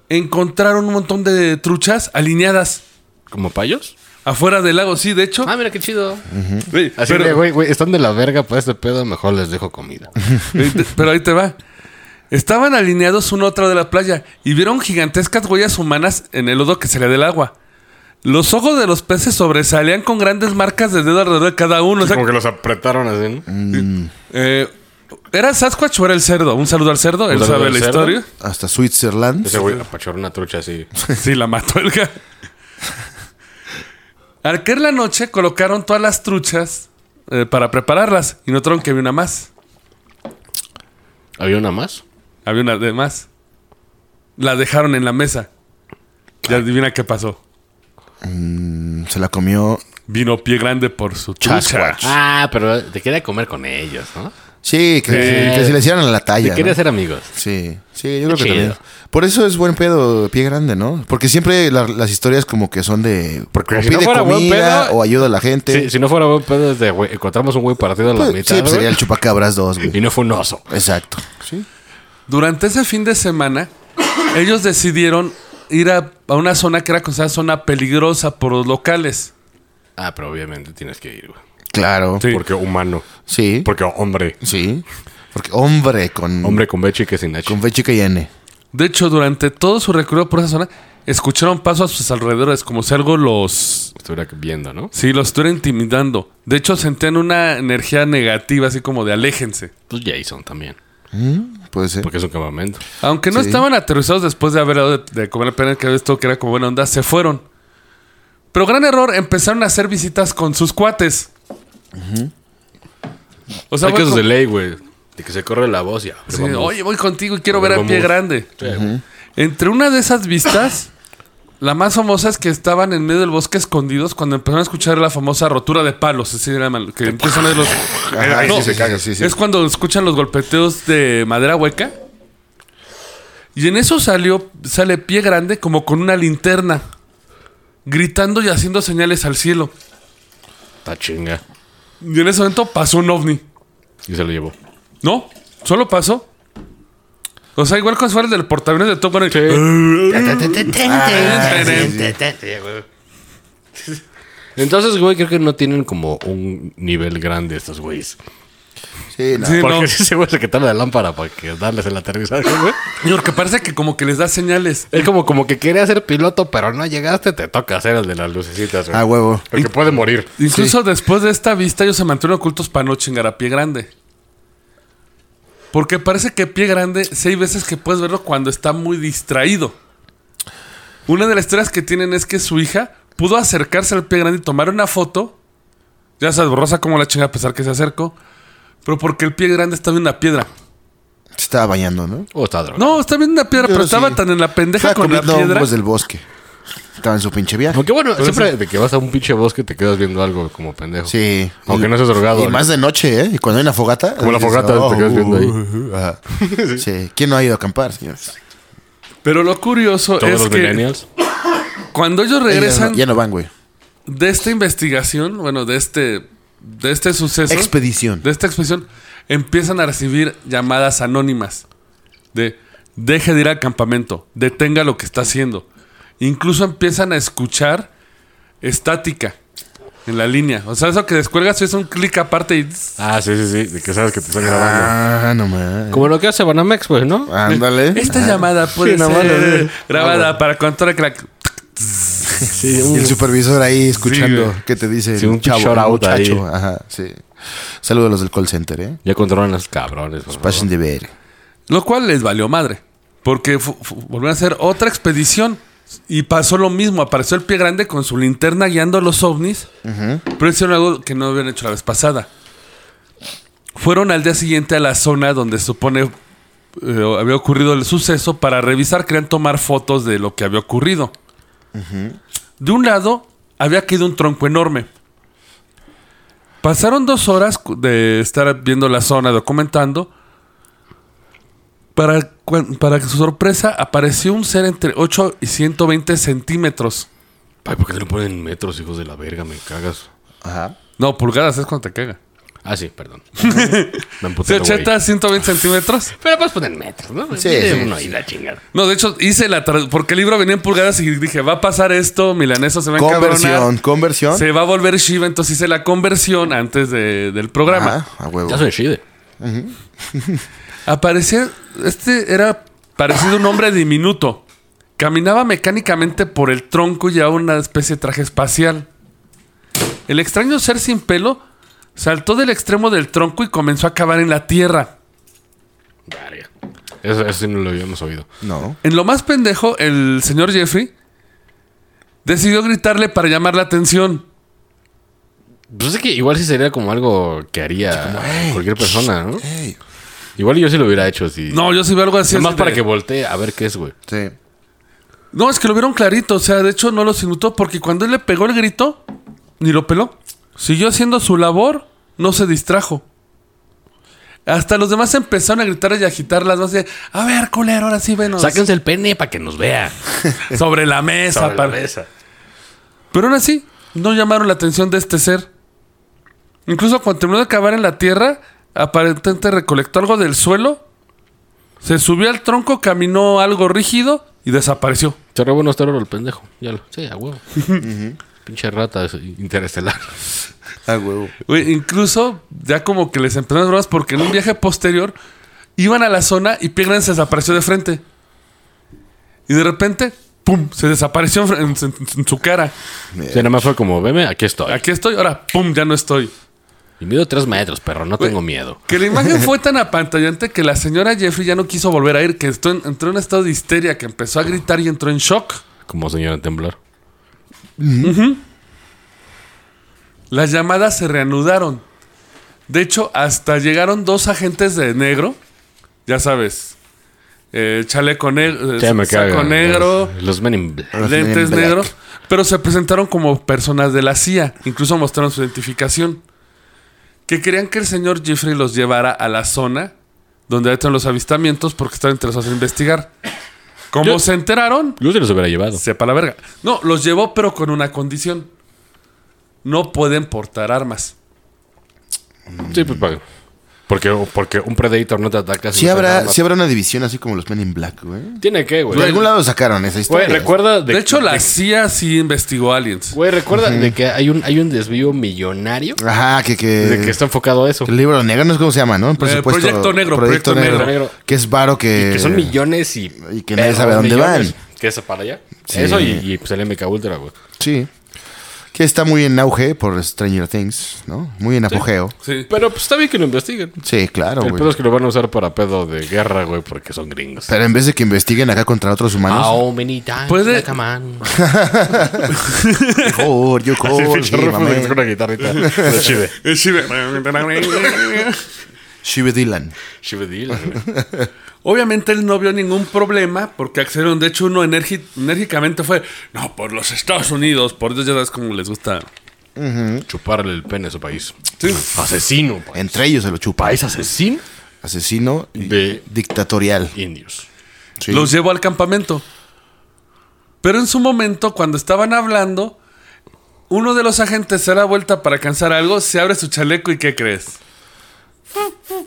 B: encontraron un montón de truchas alineadas.
E: ¿Como payos?
B: Afuera del lago, sí, de hecho.
E: Ah, mira qué chido.
B: Güey,
E: Así
B: pero,
E: de, güey, güey, están de la verga para este pedo, mejor les dejo
C: *laughs*
E: comida.
B: eh, te- pero ahí te va. Estaban alineados uno a otro de la playa y vieron gigantescas huellas humanas en el lodo que salía del agua. Los ojos de los peces sobresalían con grandes marcas de dedo alrededor de cada uno. O sea,
E: Como que los apretaron así,
C: Mm,
E: ¿no?
B: eh, ¿Era Sasquatch o era el cerdo? Un saludo al cerdo, él
E: saludo
B: sabe
E: al
B: la
E: cerdo?
B: historia.
C: Hasta Switzerland.
E: Ese güey apachoró una trucha así.
B: Sí, la mató el ga- Al caer la noche colocaron todas las truchas eh, para prepararlas y notaron que había una más.
E: ¿Había una más?
B: Había una de más. La dejaron en la mesa. Y adivina qué pasó.
C: Se la comió
B: Vino pie grande por su trucha.
D: Ah.
C: Sasquatch.
E: Ah, pero te quería comer con ellos, ¿no?
C: Sí, que,
D: Sí.
C: que si le hicieran a la
D: Y
C: talla. Ah, ¿no?
D: quería ser amigos.
C: Sí, sí, yo creo que
D: Chido.
C: también. Por eso es buen pedo, pie grande, ¿no? Porque siempre la- las historias como que son de.
D: Porque
C: o
D: si no
C: pide
D: fuera buen
C: comida
D: pedo-
C: o ayuda a la gente.
D: Sí, si no fuera buen pedo, es de, güey, encontramos un güey partido a la
C: Pues,
D: mitad.
C: sí, pues, sería
D: güey,
C: el chupacabras 2, güey.
D: Y no fue un oso.
C: Exacto. Sí.
B: Durante ese fin de semana, ellos decidieron ir a, a una zona que era considerada zona peligrosa por los locales.
D: Ah, pero obviamente tienes que ir, güey.
C: Claro. Sí.
D: Porque humano.
C: Sí.
D: Porque hombre.
C: Porque hombre con.
D: Hombre con beche y que sin H.
C: Mm. Con fe chica y N.
B: De hecho, durante todo su recorrido por esa zona, escucharon pasos a sus alrededores, como si algo los...
D: Estuviera viendo, ¿no?
B: Sí, los estuviera intimidando. De hecho, sentían una energía negativa, así como de aléjense.
D: Pues Jason también.
C: Puede ser.
D: Porque es un campamento.
C: Pues,
B: Aunque no estaban aterrizados después de haber dado de, de comer el pene que había visto que era como buena onda, se fueron. Pero gran error, empezaron a hacer visitas con sus cuates. O sea,
D: Hay
B: voy
D: casos
B: con-
D: de ley, güey. De que se corre la voz y ah,
B: sí,
D: vamos.
B: oye, voy contigo y quiero
D: Vamos,
B: ver a pie
D: vamos.
B: grande.
D: Sí, güey.
B: Entre una de esas vistas, *coughs* la más famosa es que estaban en medio del bosque escondidos cuando empezaron a escuchar la famosa rotura de palos. Así se llama, que empiezan a oír los...
C: Ajá,
B: No,
C: sí, sí, sí, sí, sí.
B: Es cuando escuchan los golpeteos de madera hueca. Y en eso salió, sale pie grande como con una linterna, gritando y haciendo señales al cielo.
D: Está chinga.
B: Y en ese momento pasó un ovni.
D: Y se lo llevó.
B: No, solo pasó. O sea, igual con fuera el del portaaviones de eh, Top Gun, el-
D: Ah, Entonces, güey, creo que no tienen como un nivel grande estos güeyes.
C: Sí, no.
B: Sí,
D: Porque
B: no.
D: si *laughs* ese güey se quitaron la lámpara para que darles el aterrizaje, güey.
B: Porque parece que como que les da señales.
D: Es como, como que quería ser piloto, pero no llegaste, te toca hacer el de las lucecitas, güey.
C: Ah, huevo.
D: Porque puede morir.
B: Incluso después de esta vista, ellos se mantuvieron ocultos para no chingar a pie grande. Porque parece que pie grande, sí hay veces que puedes verlo cuando está muy distraído. Una de las historias que tienen es que su hija pudo acercarse al pie grande y tomar una foto. Ya sabes, borrosa como la chinga a pesar que se acercó. Pero porque el pie grande está viendo una piedra.
C: Se estaba bañando, ¿no?
D: O está drogado.
B: No, está viendo una piedra, pero,
C: Yo
B: estaba
C: sí.
B: tan en la pendeja
C: Estaba
B: con la
C: comiendo
B: piedra.
C: hongos del bosque. Estaba en su pinche viaje.
D: Aunque bueno, siempre de que vas a un pinche bosque te quedas viendo algo como pendejo.
C: Sí.
D: Aunque no seas drogado.
C: Y más de noche, ¿eh? Y cuando hay una fogata. "Oh, uh,
D: Como la fogata, te quedas viendo ahí. *laughs*
C: ajá. sí. ¿Quién no ha ido a acampar, señores?
B: Pero lo curioso
D: Todos
B: es
D: los
B: que
D: millennials.
B: cuando ellos
C: Ya
B: regresan
C: no, ya no van, güey.
B: de esta investigación, bueno, de este, de este suceso,
C: Expedición.
B: de esta expedición, empiezan a recibir llamadas anónimas de deje de ir al campamento, detenga lo que está haciendo. Incluso empiezan a escuchar estática en la línea. O sea, eso que descuelgas es un clic aparte y... tss.
D: Ah, sí, sí, sí. De que sabes que te están grabando.
C: Ah, no mames.
D: Como lo que hace Banamex, pues, ¿no?
C: Ándale.
B: Esta
C: Ajá.
B: llamada puede
D: Ah, Sí, nada más,
B: ser
D: eh.
B: grabada para contar que la...
D: Sí,
C: Y el supervisor ahí
B: Sí,
C: escuchando
B: güey.
C: qué te dice
D: Sí,
C: el
D: un shout out
C: muchacho. Ajá, sí. Saludos a los del call center, ¿eh?
D: Ya controlan los cabrones. por favor.
C: Pasen de ver.
B: Lo cual les valió madre. Porque fu- fu- volvieron a hacer otra expedición. Y pasó lo mismo. Apareció el pie grande con su linterna guiando a los ovnis. Pero hicieron algo que no habían hecho la vez pasada. Fueron al día siguiente a la zona donde se supone eh, había ocurrido el suceso para revisar, querían tomar fotos de lo que había ocurrido. De un lado había caído un tronco enorme. Pasaron dos horas cu- de estar viendo la zona, documentando. Para, cuan- para su sorpresa, apareció un ser entre 8 y 120 centímetros.
D: Ay, ¿por qué te lo ponen en metros, hijos de la verga? Me cagas.
C: Ajá.
B: No, pulgadas es cuando te caga.
D: Ah, sí, perdón. *laughs* Me
B: Sí,
C: Pues
D: emputé, güey.
B: 80, 120 centímetros.
F: Pero puedes poner metros, ¿no?
C: Sí,
F: Mide
C: sí,
F: uno y la chingada.
B: No, de hecho, hice la. tra- Porque el libro venía en pulgadas y dije, va a pasar esto, Milaneso se va a
C: Conversión,
B: encabronar.
C: conversión.
B: Se va a volver Shiva, entonces hice la conversión antes de- del programa.
C: Ajá, a huevo.
D: Ya soy Shide.
B: Aparecía. Este era parecido a un hombre diminuto. Caminaba mecánicamente por el tronco y llevaba una especie de traje espacial. El extraño ser sin pelo saltó del extremo del tronco y comenzó a cavar en la tierra.
D: Verga. Eso, eso sí no lo habíamos oído.
C: No.
B: En lo más pendejo, el señor Jeffrey decidió gritarle para llamar la atención.
D: Pues es que igual sí sería como algo que haría cualquier persona, ¿no? Igual yo sí lo hubiera hecho si.
B: No, yo sí veo algo así.
D: Nomás
B: así
D: para
B: de-
D: que voltee a ver qué es, güey.
C: Sí.
B: No, es que lo vieron clarito. O sea, de hecho no los inmutó porque cuando él le pegó el grito, ni lo peló. Siguió haciendo su labor, no se distrajo. Hasta los demás empezaron a gritar y a agitar las bases. A ver, culero, ahora Ah, sí venos.
F: Sáquense el pene para que nos vea.
B: Sobre la mesa.
F: Sobre la
B: para-
F: mesa.
B: Pero aún así, no llamaron la atención de este ser. Incluso cuando terminó de cavar en la tierra, aparentemente recolectó algo del suelo, se subió al tronco, caminó algo rígido y desapareció.
D: Se robó unos teroros el pendejo. Ya lo- sí, a huevo. Pinche rata es interestelar.
C: Ah, huevo.
B: Güey, incluso ya como que les empezaron las bromas porque en un viaje posterior iban a la zona y Pigman se desapareció de frente. Y de repente, ¡pum! Se desapareció en, en- en su cara.
D: Sí, nada más fue como, veme, aquí estoy.
B: Aquí estoy, ahora, ¡pum! Ya no estoy.
D: Y mido tres metros, perro, no tengo miedo.
B: Que la imagen fue tan apantallante que la señora Jeffrey ya no quiso volver a ir, que entró en, entró en un estado de histeria, que empezó a gritar y entró en shock.
D: Como señora temblar.
B: Las llamadas se reanudaron. De hecho, hasta llegaron dos agentes de negro. Ya sabes. eh, chaleco negro.
D: Ya me
B: saco
D: cagan.
B: negro.
D: Los, los men in black.
C: Los Men in
B: lentes
C: Black.
B: negros. Pero se presentaron como personas de la CIA. Incluso mostraron su identificación. Que querían que el señor Jeffrey los llevara a la zona donde están los avistamientos porque estaban interesados en investigar. Como
D: Yo-
B: se enteraron,
D: Yo se los hubiera llevado.
B: sepa la verga. No, los llevó, pero con una condición. No pueden portar armas.
D: Sí, pues paga. Porque, porque un Predator no te ataca. si
C: Sí
D: no te
C: habrá,
D: arma.
C: sí habrá una división así como los Men in Black, güey.
D: Tiene que, güey.
C: De algún lado sacaron esa
D: Güey,
C: historia.
D: recuerda.
B: De, hecho, la CIA sí investigó aliens.
D: Güey, recuerda de que hay un, hay un desvío millonario
C: Ajá, que, que,
D: de que está enfocado a eso.
C: El libro negro, no sé cómo se llama, ¿no? Por
B: Eh,
C: supuesto,
B: Proyecto Negro, Proyecto
D: Negro.
C: Que es varo que...
D: Que son millones y.
C: Eh, Y que nadie sabe a dónde
D: van. Que es para allá.
C: Sí.
D: Eso y, y, pues el MK Ultra, güey.
C: Sí. Que está muy en auge por Stranger Things, ¿no? Muy en apogeo.
B: Sí.
D: Pero pues está bien que lo investiguen.
C: Sí, claro,
D: el
C: güey.
D: pedo es que lo van a usar para pedo de guerra, güey, porque son gringos. Pues,
C: Pero en vez de que investiguen acá contra otros
D: Ah,
C: humanos...
D: oh,
G: How many times?
B: Puede-
G: like a
D: *laughs*
G: man?
C: Mejor, yo
D: Sí,
C: call,
D: oh. pinche
C: sí,
D: Rufus
C: mamé.
D: con una guitarrita.
C: *laughs*
D: de Chive.
C: Shiva Dylan.
D: Chive Deal, güey.
B: Obviamente él no vio ningún problema porque accedieron. De hecho, uno enérgi- enérgicamente fue, no, por los Estados Unidos, por Dios, ya sabes cómo les gusta.
D: Chuparle el pene a su país.
B: Sí.
D: Asesino, pa-
C: Entre ellos se lo chupa.
D: país asesino
C: Asesino y
D: de
C: dictatorial.
D: indios.
C: Sí.
B: Los llevó al campamento. Pero en su momento, cuando estaban hablando, uno de los agentes se da vuelta para alcanzar algo, se abre su chaleco y ¿qué crees?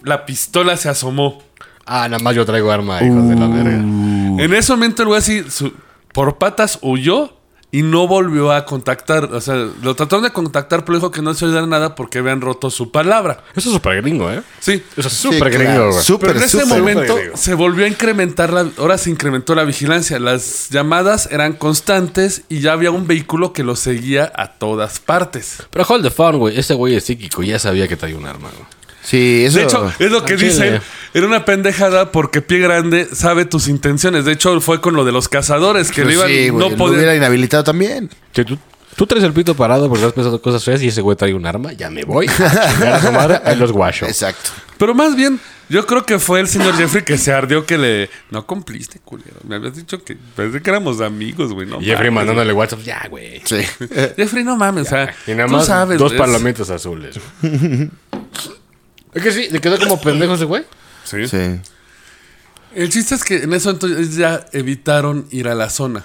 B: La pistola se asomó. Uh.
D: Ah, nada más yo traigo arma, hijos de la verga.
B: En ese momento el güey así su- por patas huyó y no volvió a contactar. O sea, lo trataron de contactar, pero dijo que no se oía nada porque habían roto su palabra.
D: Eso es súper gringo, ¿eh?
B: Sí.
D: Eso es
C: Sí,
D: súper
C: claro.
D: gringo, güey.
C: Súper,
B: Pero en ese
C: súper.
B: momento
D: Súper.
B: se volvió a incrementar la, ahora se incrementó la vigilancia. Las llamadas eran constantes y ya había un vehículo que lo seguía a todas partes.
D: Pero hold the phone, güey. Ese güey es psíquico. Ya sabía que traía un arma, güey.
C: Sí, eso...
B: De hecho, es lo que
D: Al chile.
B: dicen. Era una pendejada porque Pie Grande sabe tus intenciones. De hecho, fue con lo de los cazadores que
C: Pues
B: le iban
C: sí, güey,
B: no
C: lo hubiera
B: podían.
C: inhabilitado también.
D: Si tú, tú traes el pito parado porque has pensado cosas feas y ese güey trae un arma, ya me
C: *laughs*
D: voy. A chingar a su madre, ahí los guacho.
C: Exacto.
B: Pero más bien, yo creo que fue el señor Jeffrey que se ardió que le. No cumpliste, culero. Me habías dicho que. Pensé que éramos amigos, güey. No
D: Y Jeffrey
B: mames.
D: mandándole WhatsApp, ya, güey.
C: Sí.
B: Jeffrey, no mames. o sea,
D: Y nada
B: tú
D: más
B: sabes,
D: dos
B: güey, es-
D: palomitas azules. güey. es que sí, le quedó como pendejo ese güey.
B: Sí.
C: sí.
B: El chiste es que en eso entonces ya evitaron ir a la zona.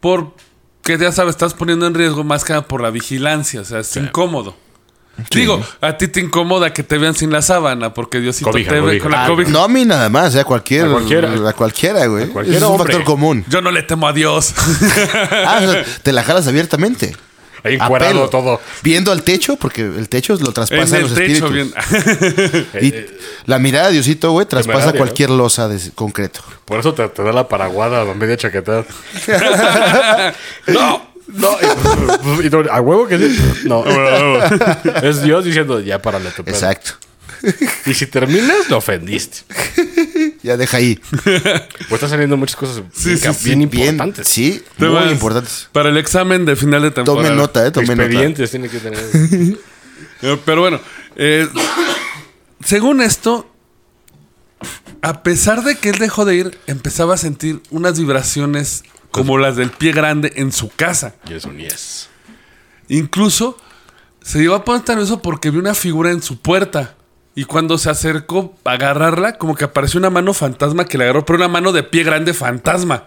B: Porque ya sabes, estás poniendo en riesgo más que nada por la vigilancia, o sea, es incómodo. Digo, a ti te incomoda que te vean sin la sábana, porque Diosito
D: Cobija,
B: te ve
D: cobija.
B: con la
D: Ah,
B: cobija.
C: No a mí nada más, ¿eh? a cualquier,
D: A cualquiera.
C: a cualquiera, güey.
D: cualquier
C: Ese es un
D: hombre.
C: factor común.
B: Yo no le temo a
C: *laughs*
B: Dios.
C: Ah, o sea, te la jalas abiertamente.
D: Ahí
C: A
D: encuadrado
C: pelo.
D: todo.
C: Viendo al techo, porque el techo lo
B: en
C: traspasa
B: el
C: los
B: techo,
C: espíritus.
B: bien. *laughs*
C: Y la mirada de Diosito, güey, traspasa
D: Temerario,
C: cualquier losa de concreto.
D: Por eso te, te da la paraguada, la media chaquetada.
B: ¡No!
D: No, y- y tú, a huevo que sí. No, es Dios diciendo, ya párale tu pedo.
C: Exacto.
D: Y si terminas, lo ofendiste.
C: Ya deja ahí.
D: Pues están saliendo muchas cosas
B: Sí, sí,
D: bien,
B: sí,
D: bien
C: Bien,
D: importantes.
C: sí,
B: Te
C: muy
B: vas.
C: importantes.
B: Para el examen de final de temporada.
C: Tomen nota, eh, tomen nota.
D: Expedientes tiene que *laughs* tener.
B: Eh, Pero bueno, eh, según esto, a pesar de que él dejó de ir, empezaba a sentir unas vibraciones como las del pie grande en su casa.
D: Y es un yes.
B: Incluso se llevó a poner tan nervioso porque vio una figura en su puerta. Y cuando se acercó a agarrarla, como que apareció una mano fantasma que le agarró, pero una mano de pie grande fantasma.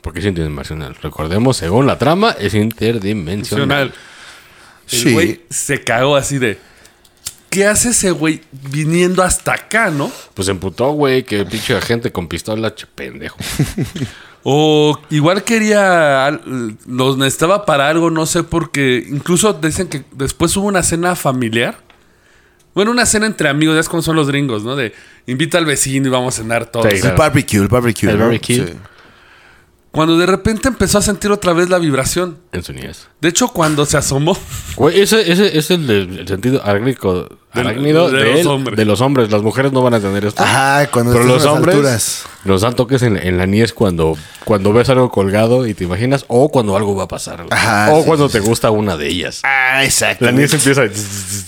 D: Porque es interdimensional. Recordemos, según la trama, es interdimensional.
B: Nacional. El güey se cagó así de. ¿Qué hace ese güey viniendo hasta acá, no?
D: Pues se emputó, güey, que pinche gente con pistola, che, *laughs* pendejo.
B: O igual quería. al- Los necesitaba para algo, no sé, porque incluso dicen que después hubo una cena familiar. Bueno, una cena entre amigos, ya es como son los gringos, ¿no? De invita al vecino y vamos a cenar todos.
D: Sí,
C: El
D: claro.
C: barbecue, el barbecue.
D: El
C: ¿no?
D: barbecue.
C: Sí.
B: Cuando de repente empezó a sentir otra vez la vibración.
D: En su niñez.
B: De hecho, cuando se asomó,
D: Güey, ese, ese es el, del- el sentido arácnico,
B: Del-
D: arácnido
B: de
D: de,
B: los
D: el-
B: hombres.
D: de los hombres. Las mujeres no van a tener esto.
C: Ajá, cuando
D: Pero
C: estás
D: los
C: en las
D: hombres
C: alturas.
D: nos dan toques en, en la niñez cuando, cuando ves algo colgado y te imaginas, o cuando algo va a pasar. güey.
C: Ajá,
D: o
C: sí,
D: cuando
C: sí,
D: te gusta una de ellas.
C: Ah, exacto.
D: La niñez empieza. a-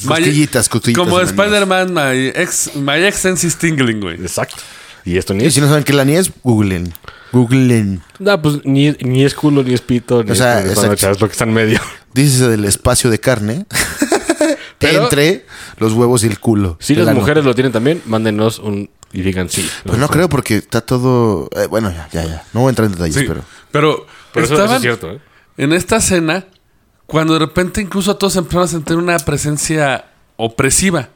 C: Cosquillitas, cosquillitas
B: Como
C: en la niñez.
B: Spider-Man, my ex, my ex sense is tingling, güey.
D: *laughs* Exacto. Y esto ni
C: Y
D: es.
C: si no saben qué es la niñez, googlen. Googlen.
D: Nah, pues ni, ni es culo, ni es pito, ni
C: O sea,
D: es, bueno,
C: exacto.
D: chavos, lo que está en medio.
C: Dice del espacio de
D: *laughs*
C: carne. entre los huevos y el culo.
D: Si
C: El
D: las
C: ano.
D: mujeres lo tienen también, mándenos un. Y digan sí.
C: Pues no creo porque está todo. eh, bueno, ya, ya, ya. No voy a entrar en detalles,
B: Sí,
C: pero.
B: pero
D: Pero eso, eso
B: estaban
D: es cierto, ¿eh?
B: en esta cena cuando de repente incluso todos empezaron a sentir una presencia opresiva.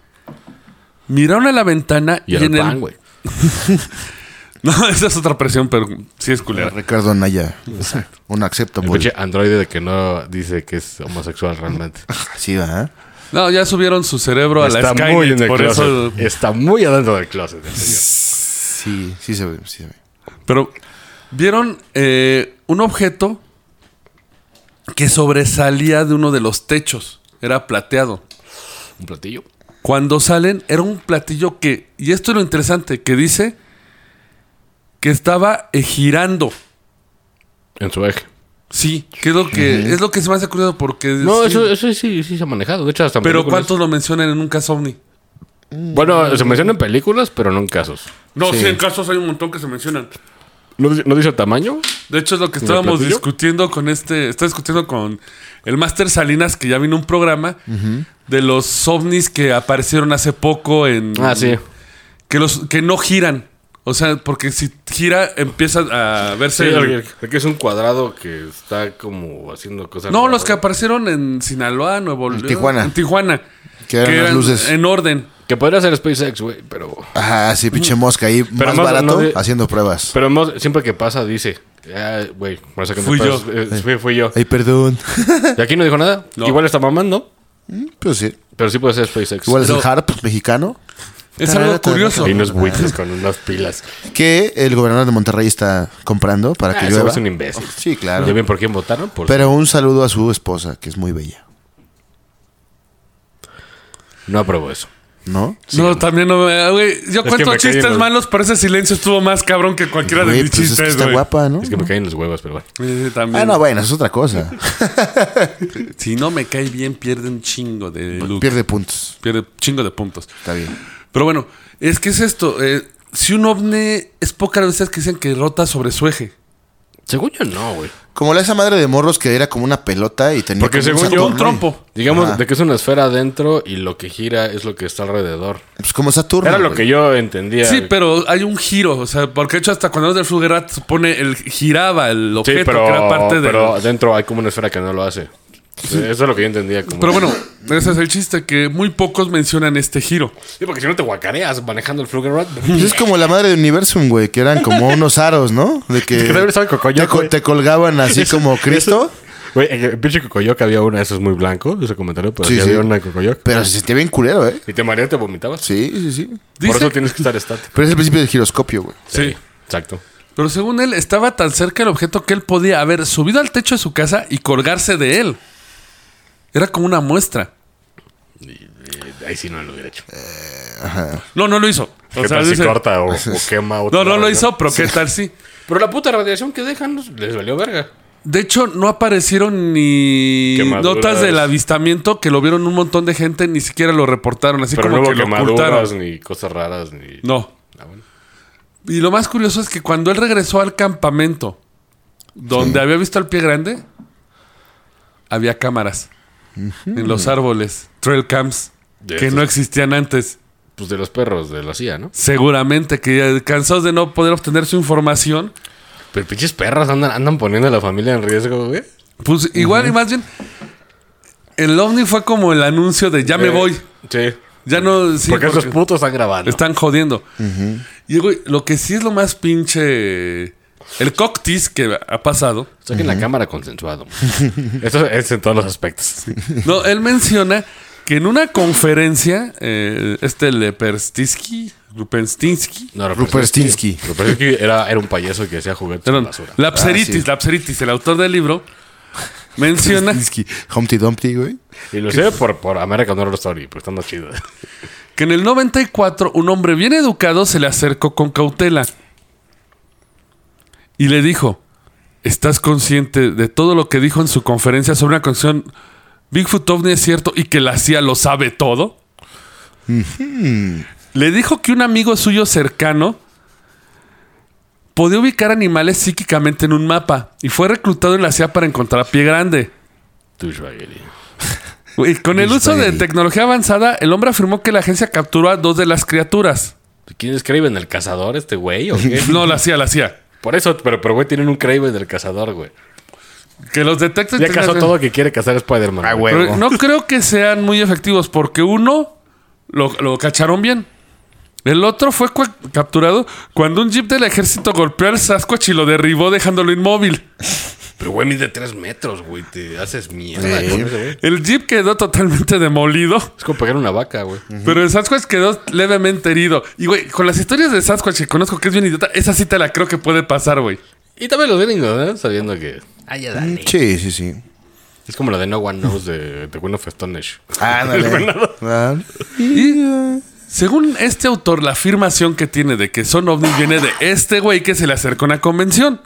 B: Miraron a la ventana
D: Y,
B: y,
D: el
B: en
D: pan,
B: el...
D: güey.
B: *laughs* No, esa es otra presión, pero sí es culera.
C: Ricardo Anaya. Un acepta
D: El
C: por.
D: pinche androide de que no dice que es
B: *laughs*
D: homosexual realmente.
C: Sí, ¿verdad?
B: No, ya subieron su cerebro a la
D: Está muy en
B: Skynet,
D: el
B: por
D: closet.
B: eso...
D: Está muy adentro del closet. el señor.
C: Sí, sí se ve. Sí se ve.
B: Pero vieron eh, un objeto que sobresalía de uno de los techos. Era plateado.
D: Un platillo.
B: Cuando salen, era un platillo que, y esto es lo interesante, que dice que estaba eh, girando.
D: En su eje.
B: Sí, que es lo que, es lo que se me hace curioso porque...
D: No,
B: sí.
D: eso, eso sí, sí se ha manejado. De hecho, hasta en
B: Pero
D: películas.
B: ¿cuántos lo mencionan en un caso ovni?
D: Bueno, se menciona en películas, pero no en casos.
B: No, sí. en casos hay un montón que se mencionan.
D: ¿No, dice- no dice el tamaño?
B: De hecho, es lo que estábamos
D: platillo?
B: discutiendo con este... Está discutiendo con el Máster Salinas, que ya vino un programa de los ovnis que aparecieron hace poco en...
D: Ah, sí.
B: Que, los, que no giran. O sea, porque si gira, empieza a verse...
D: Sí,
B: el-
D: el- el que es un cuadrado que está como haciendo cosas.
B: No,
D: raras.
B: los que aparecieron en Sinaloa, Nuevo León.
C: Tijuana.
B: En Tijuana.
C: Que eran las luces.
B: En orden.
D: Que podría ser SpaceX, güey, pero.
C: Ajá, Ah, sí, pinche mosca ahí. más
D: no-
C: barato,
D: no de-
C: haciendo pruebas.
D: Pero mo- siempre que pasa, dice. "Ah, güey, me sacan de
B: Fui
D: pedos".
B: yo.
D: Eh, fui, fui yo.
C: Ay, perdón. *laughs*
D: Y aquí no dijo nada.
B: No.
D: Igual está mamando,
C: Pero Pues sí.
D: pero sí puede ser SpaceX.
C: Igual es
B: Pero-
C: el harp mexicano.
B: Es algo curioso.
D: Hay unos buitres con unas pilas.
C: Que el gobernador de Monterrey está comprando para que
D: Ah, ese
C: llueva. Oh,
D: es un imbécil.
C: Sí, claro.
D: ¿Ya ven por quién votaron? Pues, Por
C: Pero un saludo a su esposa, que es muy bella.
D: No aprobó eso.
C: ¿No?
B: no, también no me- ah, güey, Yo
D: que
B: cuento
D: me caí
B: chistes
D: en los-
B: malos, pero ese silencio estuvo más cabrón que cualquiera de
C: Güey,
B: mis
C: pues es que
B: chistes,
C: está
B: güey.
C: guapa, ¿no?
D: Es que me caen los huevos, pero bueno.
B: Sí, también.
C: Ah, no, bueno, es otra cosa.
B: Si no me cae bien, pierde un chingo de look. Pierde,
C: Pues, Pierde puntos.
B: un chingo de puntos.
C: Está bien.
B: Pero bueno, es que es esto. eh, si un ovni es pocas veces que dicen que rota sobre su eje.
D: Según yo, no, güey.
C: Como la esa madre de morros que era como una pelota y tenía
D: Porque
C: como un
D: según yo,
C: Saturno.
B: Un trompo.
D: Digamos
C: Ajá.
D: de que es una esfera adentro y lo que gira es lo que está alrededor.
C: Pues como Saturno.
D: Era lo
C: güey.
D: que yo entendía.
B: Sí, pero hay un giro. O sea, porque de hecho, hasta cuando es del Flugerat, se pone el giraba el
D: Sí,
B: objeto
D: pero,
B: que era parte de.
D: pero adentro hay como una esfera que no lo hace. Eso es lo que yo entendía. Como
B: Pero bueno, ese es el chiste, que muy pocos mencionan este giro.
D: Sí, porque si no te guacareas manejando el Flugerod.
C: Pues es como la madre de Universum, güey, que eran como unos aros, ¿no? De que
D: Que debe ser cocoyote,
C: te, co-
D: güey.
C: te colgaban así como Cristo.
D: Güey, en el pinche cocoyoc había una, eso es muy blanco, ese comentario, pero sí,
C: Sí, sí.
D: Pues, había una cocoyoc.
C: Pero se sentía bien culero, ¿eh?
D: Y te mareas, te vomitabas.
C: Sí, sí, sí.
B: Dice-
D: Por eso tienes que estar estático.
C: Pero es el principio del giroscopio, güey.
B: Sí.
D: Exacto.
B: Pero según él, estaba tan cerca el objeto que él podía haber subido al techo de su casa y colgarse de él. Era como una muestra.
D: Ahí sí no lo hubiera hecho.
C: Eh,
B: No, no lo hizo. O
D: ¿Qué
B: sea,
D: tal si
B: dice-
D: corta
C: *laughs*
D: o, o quema?
B: no,
D: otra
B: no lo
D: vez,
B: hizo, pero qué tal sí.
D: Pero la puta radiación que dejan les valió verga.
B: De hecho, no aparecieron ni
D: Quemaduras.
B: notas del avistamiento que lo vieron un montón de gente, ni siquiera lo reportaron, así
D: Pero no
B: como
D: hubo
B: que lo
D: quemaduras,
B: ocultaron.
D: ni cosas raras, ni...
B: No.
D: Ah, bueno.
B: Y lo más curioso es que cuando él regresó al campamento donde había visto al pie grande, había cámaras en los árboles, trail cams,
D: Ya,
B: que
D: esto
B: no
D: es-
B: existían antes.
D: pues, de los perros de la CIA, ¿no?
B: Seguramente que eh, cansados de no poder obtener su información,
D: Pero pinches perros andan, andan poniendo a la familia en riesgo, güey.
B: pues igual y más bien, el ovni fue como el anuncio de ya me
D: Eh,
B: voy.
D: Sí.
B: Ya no. sí,
D: porque, esos
B: porque
D: putos están grabando.
B: están jodiendo. Y güey, lo que sí es lo más pinche. El coctis que ha pasado.
D: Saquen la cámara
C: *laughs*
D: consensuado. Eso es en todos los aspectos.
B: No, él menciona que en una conferencia, eh, este Leperstinsky, Rupenstinsky,
D: No,
C: Ruperstinsky.
D: Ruperstinsky era, era un payaso que hacía juguetes de
B: perdón,
D: basura.
B: Lapseritis,
C: Ah, sí.
B: Lapseritis, el autor del libro, menciona
C: Ruperstinsky. Humpty Dumpty, güey.
D: Y lo sé por, por American Horror Story, pues están más chido. *laughs*
B: que en el 94 un hombre bien educado se le acercó con cautela y le dijo, ¿estás consciente de todo lo que dijo en su conferencia sobre una canción Bigfoot OVNI es cierto y que la CIA lo sabe todo? Le dijo que un amigo suyo cercano podía ubicar animales psíquicamente en un mapa y fue reclutado en la CIA para encontrar a Pie Grande.
D: Douchebaggery.
B: Güey, con el uso de
C: Disparate.
B: tecnología avanzada, el hombre afirmó que la agencia capturó a dos de las criaturas.
D: ¿Quién es Craven? ¿El cazador este güey
B: *laughs*
D: o qué?
B: Eh, No, la hacía, la hacía.
D: Por eso, pero, pero güey, tienen un Craven del cazador, güey.
B: Que los detecten.
D: Ya cazó todo que quiere cazar Spider-Man.
C: Ah,
D: güey.
C: güey.
B: Pero no creo que sean muy efectivos porque uno lo, lo cacharon bien. El otro fue cua- capturado cuando un jeep del ejército golpeó al Sasquatch y lo derribó dejándolo inmóvil.
D: Pero güey, mide tres metros, güey. Te haces mierda.
C: Sí.
D: con ese, güey.
B: El jeep quedó totalmente demolido,
D: Es como pegar una vaca, güey.
B: pero el Sasquatch quedó levemente herido. Y güey, con las historias de Sasquatch que conozco que es bien idiota, esa sí te la creo que puede pasar, güey.
D: Y también los gringos, ¿eh? Sabiendo que
F: Ah, ya dale.
C: Sí, sí, sí.
D: es como lo de No One Knows de, de Queen of Stone Age.
C: Ándale. Ah,
B: Y según este autor, la afirmación que tiene de que son ovnis viene de este güey que se le acercó a una convención.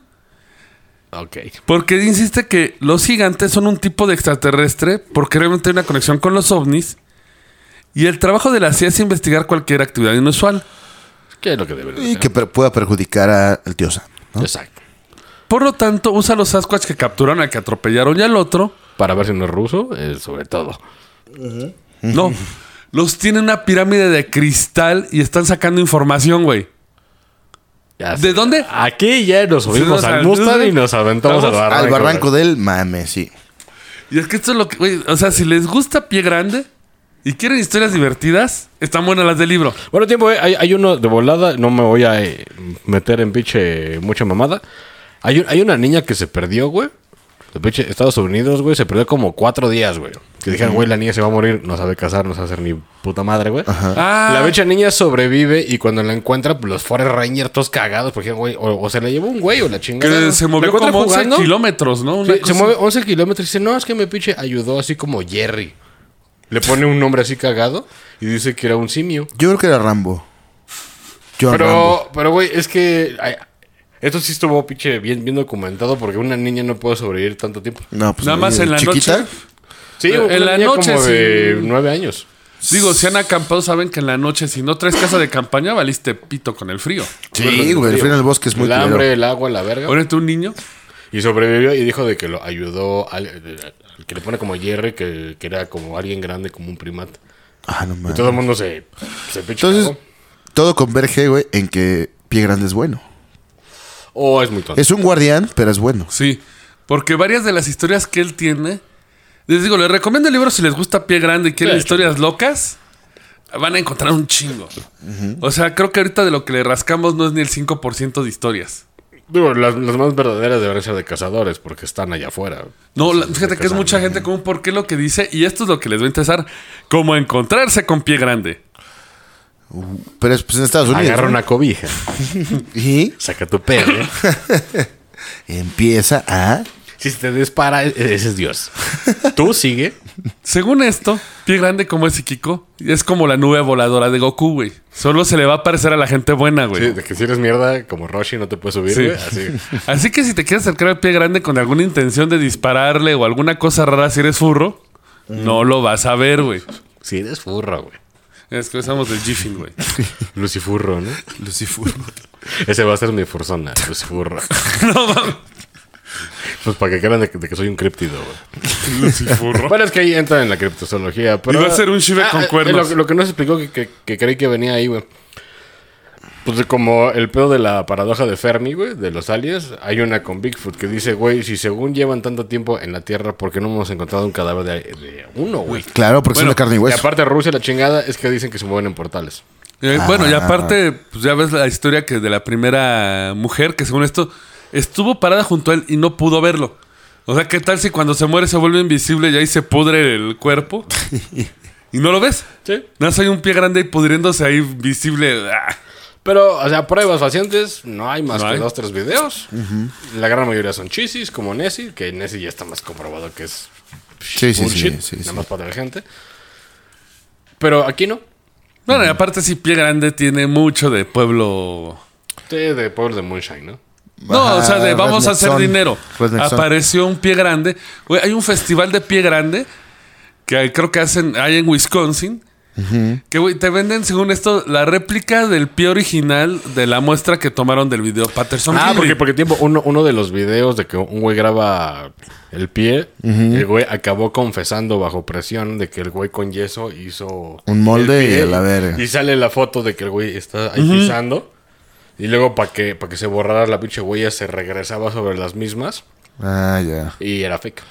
D: Ok.
B: Porque insiste que los gigantes son un tipo de extraterrestre porque realmente hay una conexión con los ovnis. Y el trabajo de la CIA es investigar cualquier actividad inusual.
D: ¿Qué es lo que deben
C: Y
D: hacer?
C: que per- pueda perjudicar a- al Tiosa. ¿no?
D: Exacto.
B: Por lo tanto, usa los Sasquatch que capturaron al que atropellaron y al otro.
D: Para ver si no es ruso, eh, sobre todo.
B: No, los tiene en una pirámide de cristal y están sacando información, güey.
D: Ya
B: ¿De
D: sé.
B: dónde?
D: Aquí ya nos subimos
B: nos
D: al
B: aventamos-
D: Mustang y nos aventamos al
B: Vamos
D: barranco.
C: Al barranco
D: güey.
C: del mame, sí.
B: Y es que esto es lo que, güey, o sea, si les gusta Pie Grande y quieren historias divertidas, están buenas las del libro.
D: Bueno, tiempo, eh, hay, hay uno de volada. No me voy a eh, meter en pinche mucha mamada. Hay, un- hay una niña que se perdió, güey. De pinche Estados Unidos, güey. Se perdió como cuatro días, güey. Que dijeron, güey, la niña se va a morir. No sabe casar, no sabe hacer ni puta madre, güey.
B: Ah.
D: La pinche niña sobrevive y cuando la encuentra, pues, los Forest Rangers todos cagados. Porque, güey, o, o se la llevó un güey o la chingada.
B: Que
D: ¿no?
B: se
D: La
B: movió
D: encuentra
B: como 11
D: jugando.
B: kilómetros, ¿no? Una
D: Sí, se
B: cosa-
D: mueve 11 kilómetros y dice, no, es que me pinche ayudó así como Jerry. Le pone un nombre así cagado y dice que era un simio.
C: Yo creo que era Rambo. John Rambo.
D: Pero, pero güey, es que ay, esto sí estuvo pinche bien, bien documentado porque una niña no puede sobrevivir tanto tiempo.
C: No, pues,
B: Nada más en la
C: chiquita.
B: noche.
D: Sí,
B: Eh,
D: una
B: en la
D: niña
B: noche,
D: como de
B: sí.
D: nueve años.
B: Digo, si han acampado, saben que en la noche, si no traes casa de campaña, valiste pito con el frío.
C: Sí, güey. El frío en el bosque es muy
D: El hambre,
C: culero.
D: el agua, la verga.
B: Ahorita un niño.
D: Y sobrevivió y dijo de que lo ayudó al, al que le pone como Jerry, que, que era como alguien grande, como un primate.
C: Ah, no
D: Y
C: mames.
D: todo el mundo se, se pinche
C: Entonces,
D: cagó.
C: todo converge, güey, en que Pie Grande es bueno.
D: Oh, es muy tonto.
C: Es un guardián, pero es bueno.
B: Sí, porque varias de las historias que él tiene, les digo, les recomiendo el libro si les gusta Pie Grande y quieren
D: Sí,
B: historias locas, van a encontrar un chingo. O sea, creo que ahorita de lo que le rascamos no es ni el 5% de historias.
D: Digo, las, las más verdaderas deberían ser de cazadores porque están allá afuera.
B: No, la-
D: Entonces,
B: fíjate
D: de
B: que es
D: cazadores.
B: mucha gente como por qué lo que dice y esto es lo que les va a interesar, como encontrarse con Pie Grande.
C: Pero es pues, en Estados Unidos.
D: Agarra
C: ¿no?
D: una cobija,
C: Y
D: saca tu *laughs* perro.
C: empieza a.
D: Si te dispara, e- ese es Dios. Tú sigue.
B: Según esto, Pie Grande como es Kiko, es como la nube voladora de Goku, güey. Solo se le va a parecer a la gente buena, güey.
D: Sí, de que si eres mierda, como Roshi, no te puedes subir.
B: Sí.
D: güey, Así.
B: Así que si te quieres acercar al pie grande con alguna intención de dispararle o alguna cosa rara si eres furro,
D: Mm.
B: no lo vas a ver, güey.
D: Si eres furro, güey.
B: Es que usamos el jiffing,
D: *laughs*
B: güey.
D: Lucifurro, ¿no?
B: *laughs*
D: Lucifurro. Ese va a ser mi fursona, Lucifurro.
B: No mames.
D: *laughs* Pues para que crean de, que- de que soy un criptido, güey.
B: Lucifurro.
D: Bueno, es que ahí entra en la criptozoología. Pero,
B: Iba a ser un Shiva con
D: eh,
B: cuernos.
D: Lo, lo que no se explicó que, que, que creí que venía ahí, güey. Pues de como el pedo de la paradoja de Fermi, güey, de los aliens. Hay una con Bigfoot que dice, güey, si según llevan tanto tiempo en la Tierra, ¿por qué no hemos encontrado un cadáver de, de uno, güey?
C: Claro, porque
D: Bueno,
C: son de carne y
D: Y
C: hueso.
D: aparte Rusia, la chingada, es que dicen que se mueven en portales.
B: Eh, bueno, y
C: Ah.
B: aparte, pues ya ves la historia que de la primera mujer que según esto estuvo parada junto a él y no pudo verlo. O sea, ¿qué tal si cuando se muere se vuelve invisible y ahí se pudre el cuerpo? y no lo ves.
D: Sí.
B: Nada más hay un pie grande y pudriéndose ahí visible. Ah.
D: Pero, o sea, pruebas facientes, no hay más
B: No
D: que
B: hay.
D: dos, tres videos. La gran mayoría son chisis, como Nessie, que Nessie ya está más comprobado que es
C: Sí, sí, sí,
D: bullshit,
C: sí,
D: nada
C: sí.
D: más para la gente. Pero aquí no.
B: Bueno, y aparte si pie grande tiene mucho de pueblo...
D: Sí, de pueblo de Moonshine, ¿no?
B: No,
C: Ajá,
B: o sea, de vamos a
C: Redneck
B: hacer
C: Son.
B: dinero.
C: Redneck Son.
B: Apareció un pie grande. Güey, hay un festival de pie grande que hay- creo que hacen, hay en Wisconsin. Que güey, te venden, según esto, la réplica del pie original de la muestra que tomaron del video Patterson.
D: Ah,
B: Gimlin.
D: porque, porque tiempo, uno, uno de los videos de que un güey graba el pie, el güey acabó confesando bajo presión de que el güey con yeso hizo
C: Un molde
D: el pie
C: y a la verga.
D: Y sale la foto de que el güey está ahí pisando. Y luego para que, pa' que se borrara la pinche huella se regresaba sobre las mismas
C: Ah, ya.
D: y era fake.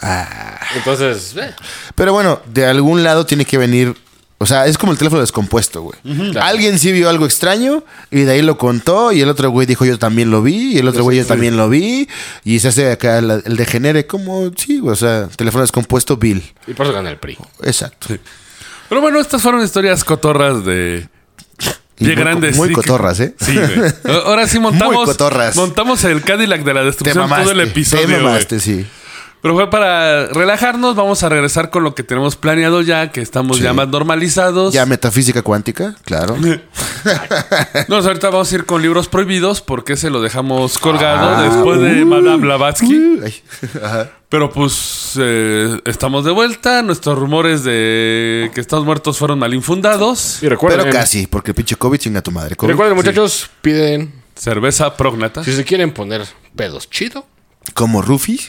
C: Ah.
D: Entonces, eh,
C: Pero bueno, de algún lado tiene que venir. O sea, es como el teléfono descompuesto, güey. Alguien sí vio algo extraño y de ahí lo contó y el otro güey dijo yo también lo vi y el otro güey yo también lo vi y se hace acá la- el degenere como, sí, güey, o sea, teléfono descompuesto, Bill.
D: y por eso gana el PRI.
C: Exacto.
B: Pero bueno, estas fueron historias cotorras de
C: Y
B: pie
C: muy co-
B: grande.
C: Muy
B: sí, que-
C: cotorras, ¿eh?
B: Sí,
C: *laughs*
B: güey. A- Ahora sí montamos,
C: Muy cotorras.
B: montamos el Cadillac de la
C: Te
B: destrucción
C: mamaste.
B: todo el episodio.
C: te
B: güey.
C: mamaste, sí.
B: Pero fue para relajarnos, vamos a regresar con lo que tenemos planeado ya, que estamos
C: Sí.
B: ya más normalizados. *laughs*
C: Ya metafísica cuántica, claro.
B: Nos ahorita vamos a ir con libros prohibidos porque se lo dejamos colgado
C: Ah.
B: después
C: Uh.
B: de Madame Blavatsky.
C: Ay, ajá.
B: Pero pues eh, estamos de vuelta, nuestros rumores de que estamos muertos fueron mal infundados.
D: Y recuerden,
C: Pero casi, porque el pinche COVID chinga tu madre. COVID.
D: recuerden muchachos, piden,
B: Cerveza prógnata.
D: si se quieren poner pedos chido,
C: Como Rufi,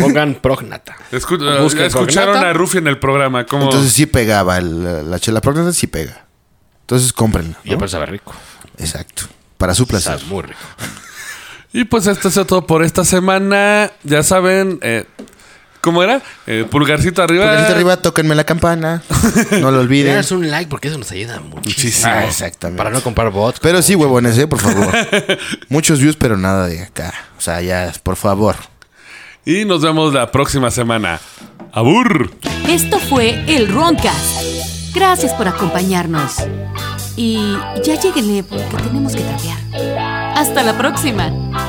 D: pongan prognata.
B: Escu- eh,
D: Busquen
B: escucharon
D: Prognata.
B: a Rufi en el programa.
F: Oh.
B: Como...
C: entonces sí pegaba. La, la chela próxima sí pega. Entonces cómprenla.
D: Y aparte sabe rico.
C: Exacto. Para su placer.
D: Sabe muy rico.
B: Y pues esto es todo por esta semana. Ya saben, eh, ¿cómo era? Eh, pulgarcito arriba.
F: Eh.
C: Pulgarcito arriba, tóquenme la
F: *laughs*
C: campana. No lo olviden.
F: Denos un like porque eso nos ayuda muchísimo.
C: Ah, exactamente.
F: Para no comprar bots.
C: Pero sí, huevones, ¿eh? por
F: *laughs*
C: favor. Muchos views, pero nada de acá. O sea, ya, por favor.
B: Y nos vemos la próxima semana. ¡Abur!
A: Esto fue el Roncast. Gracias por acompañarnos. Y ya lleguenle porque tenemos que trapear. Hasta la próxima.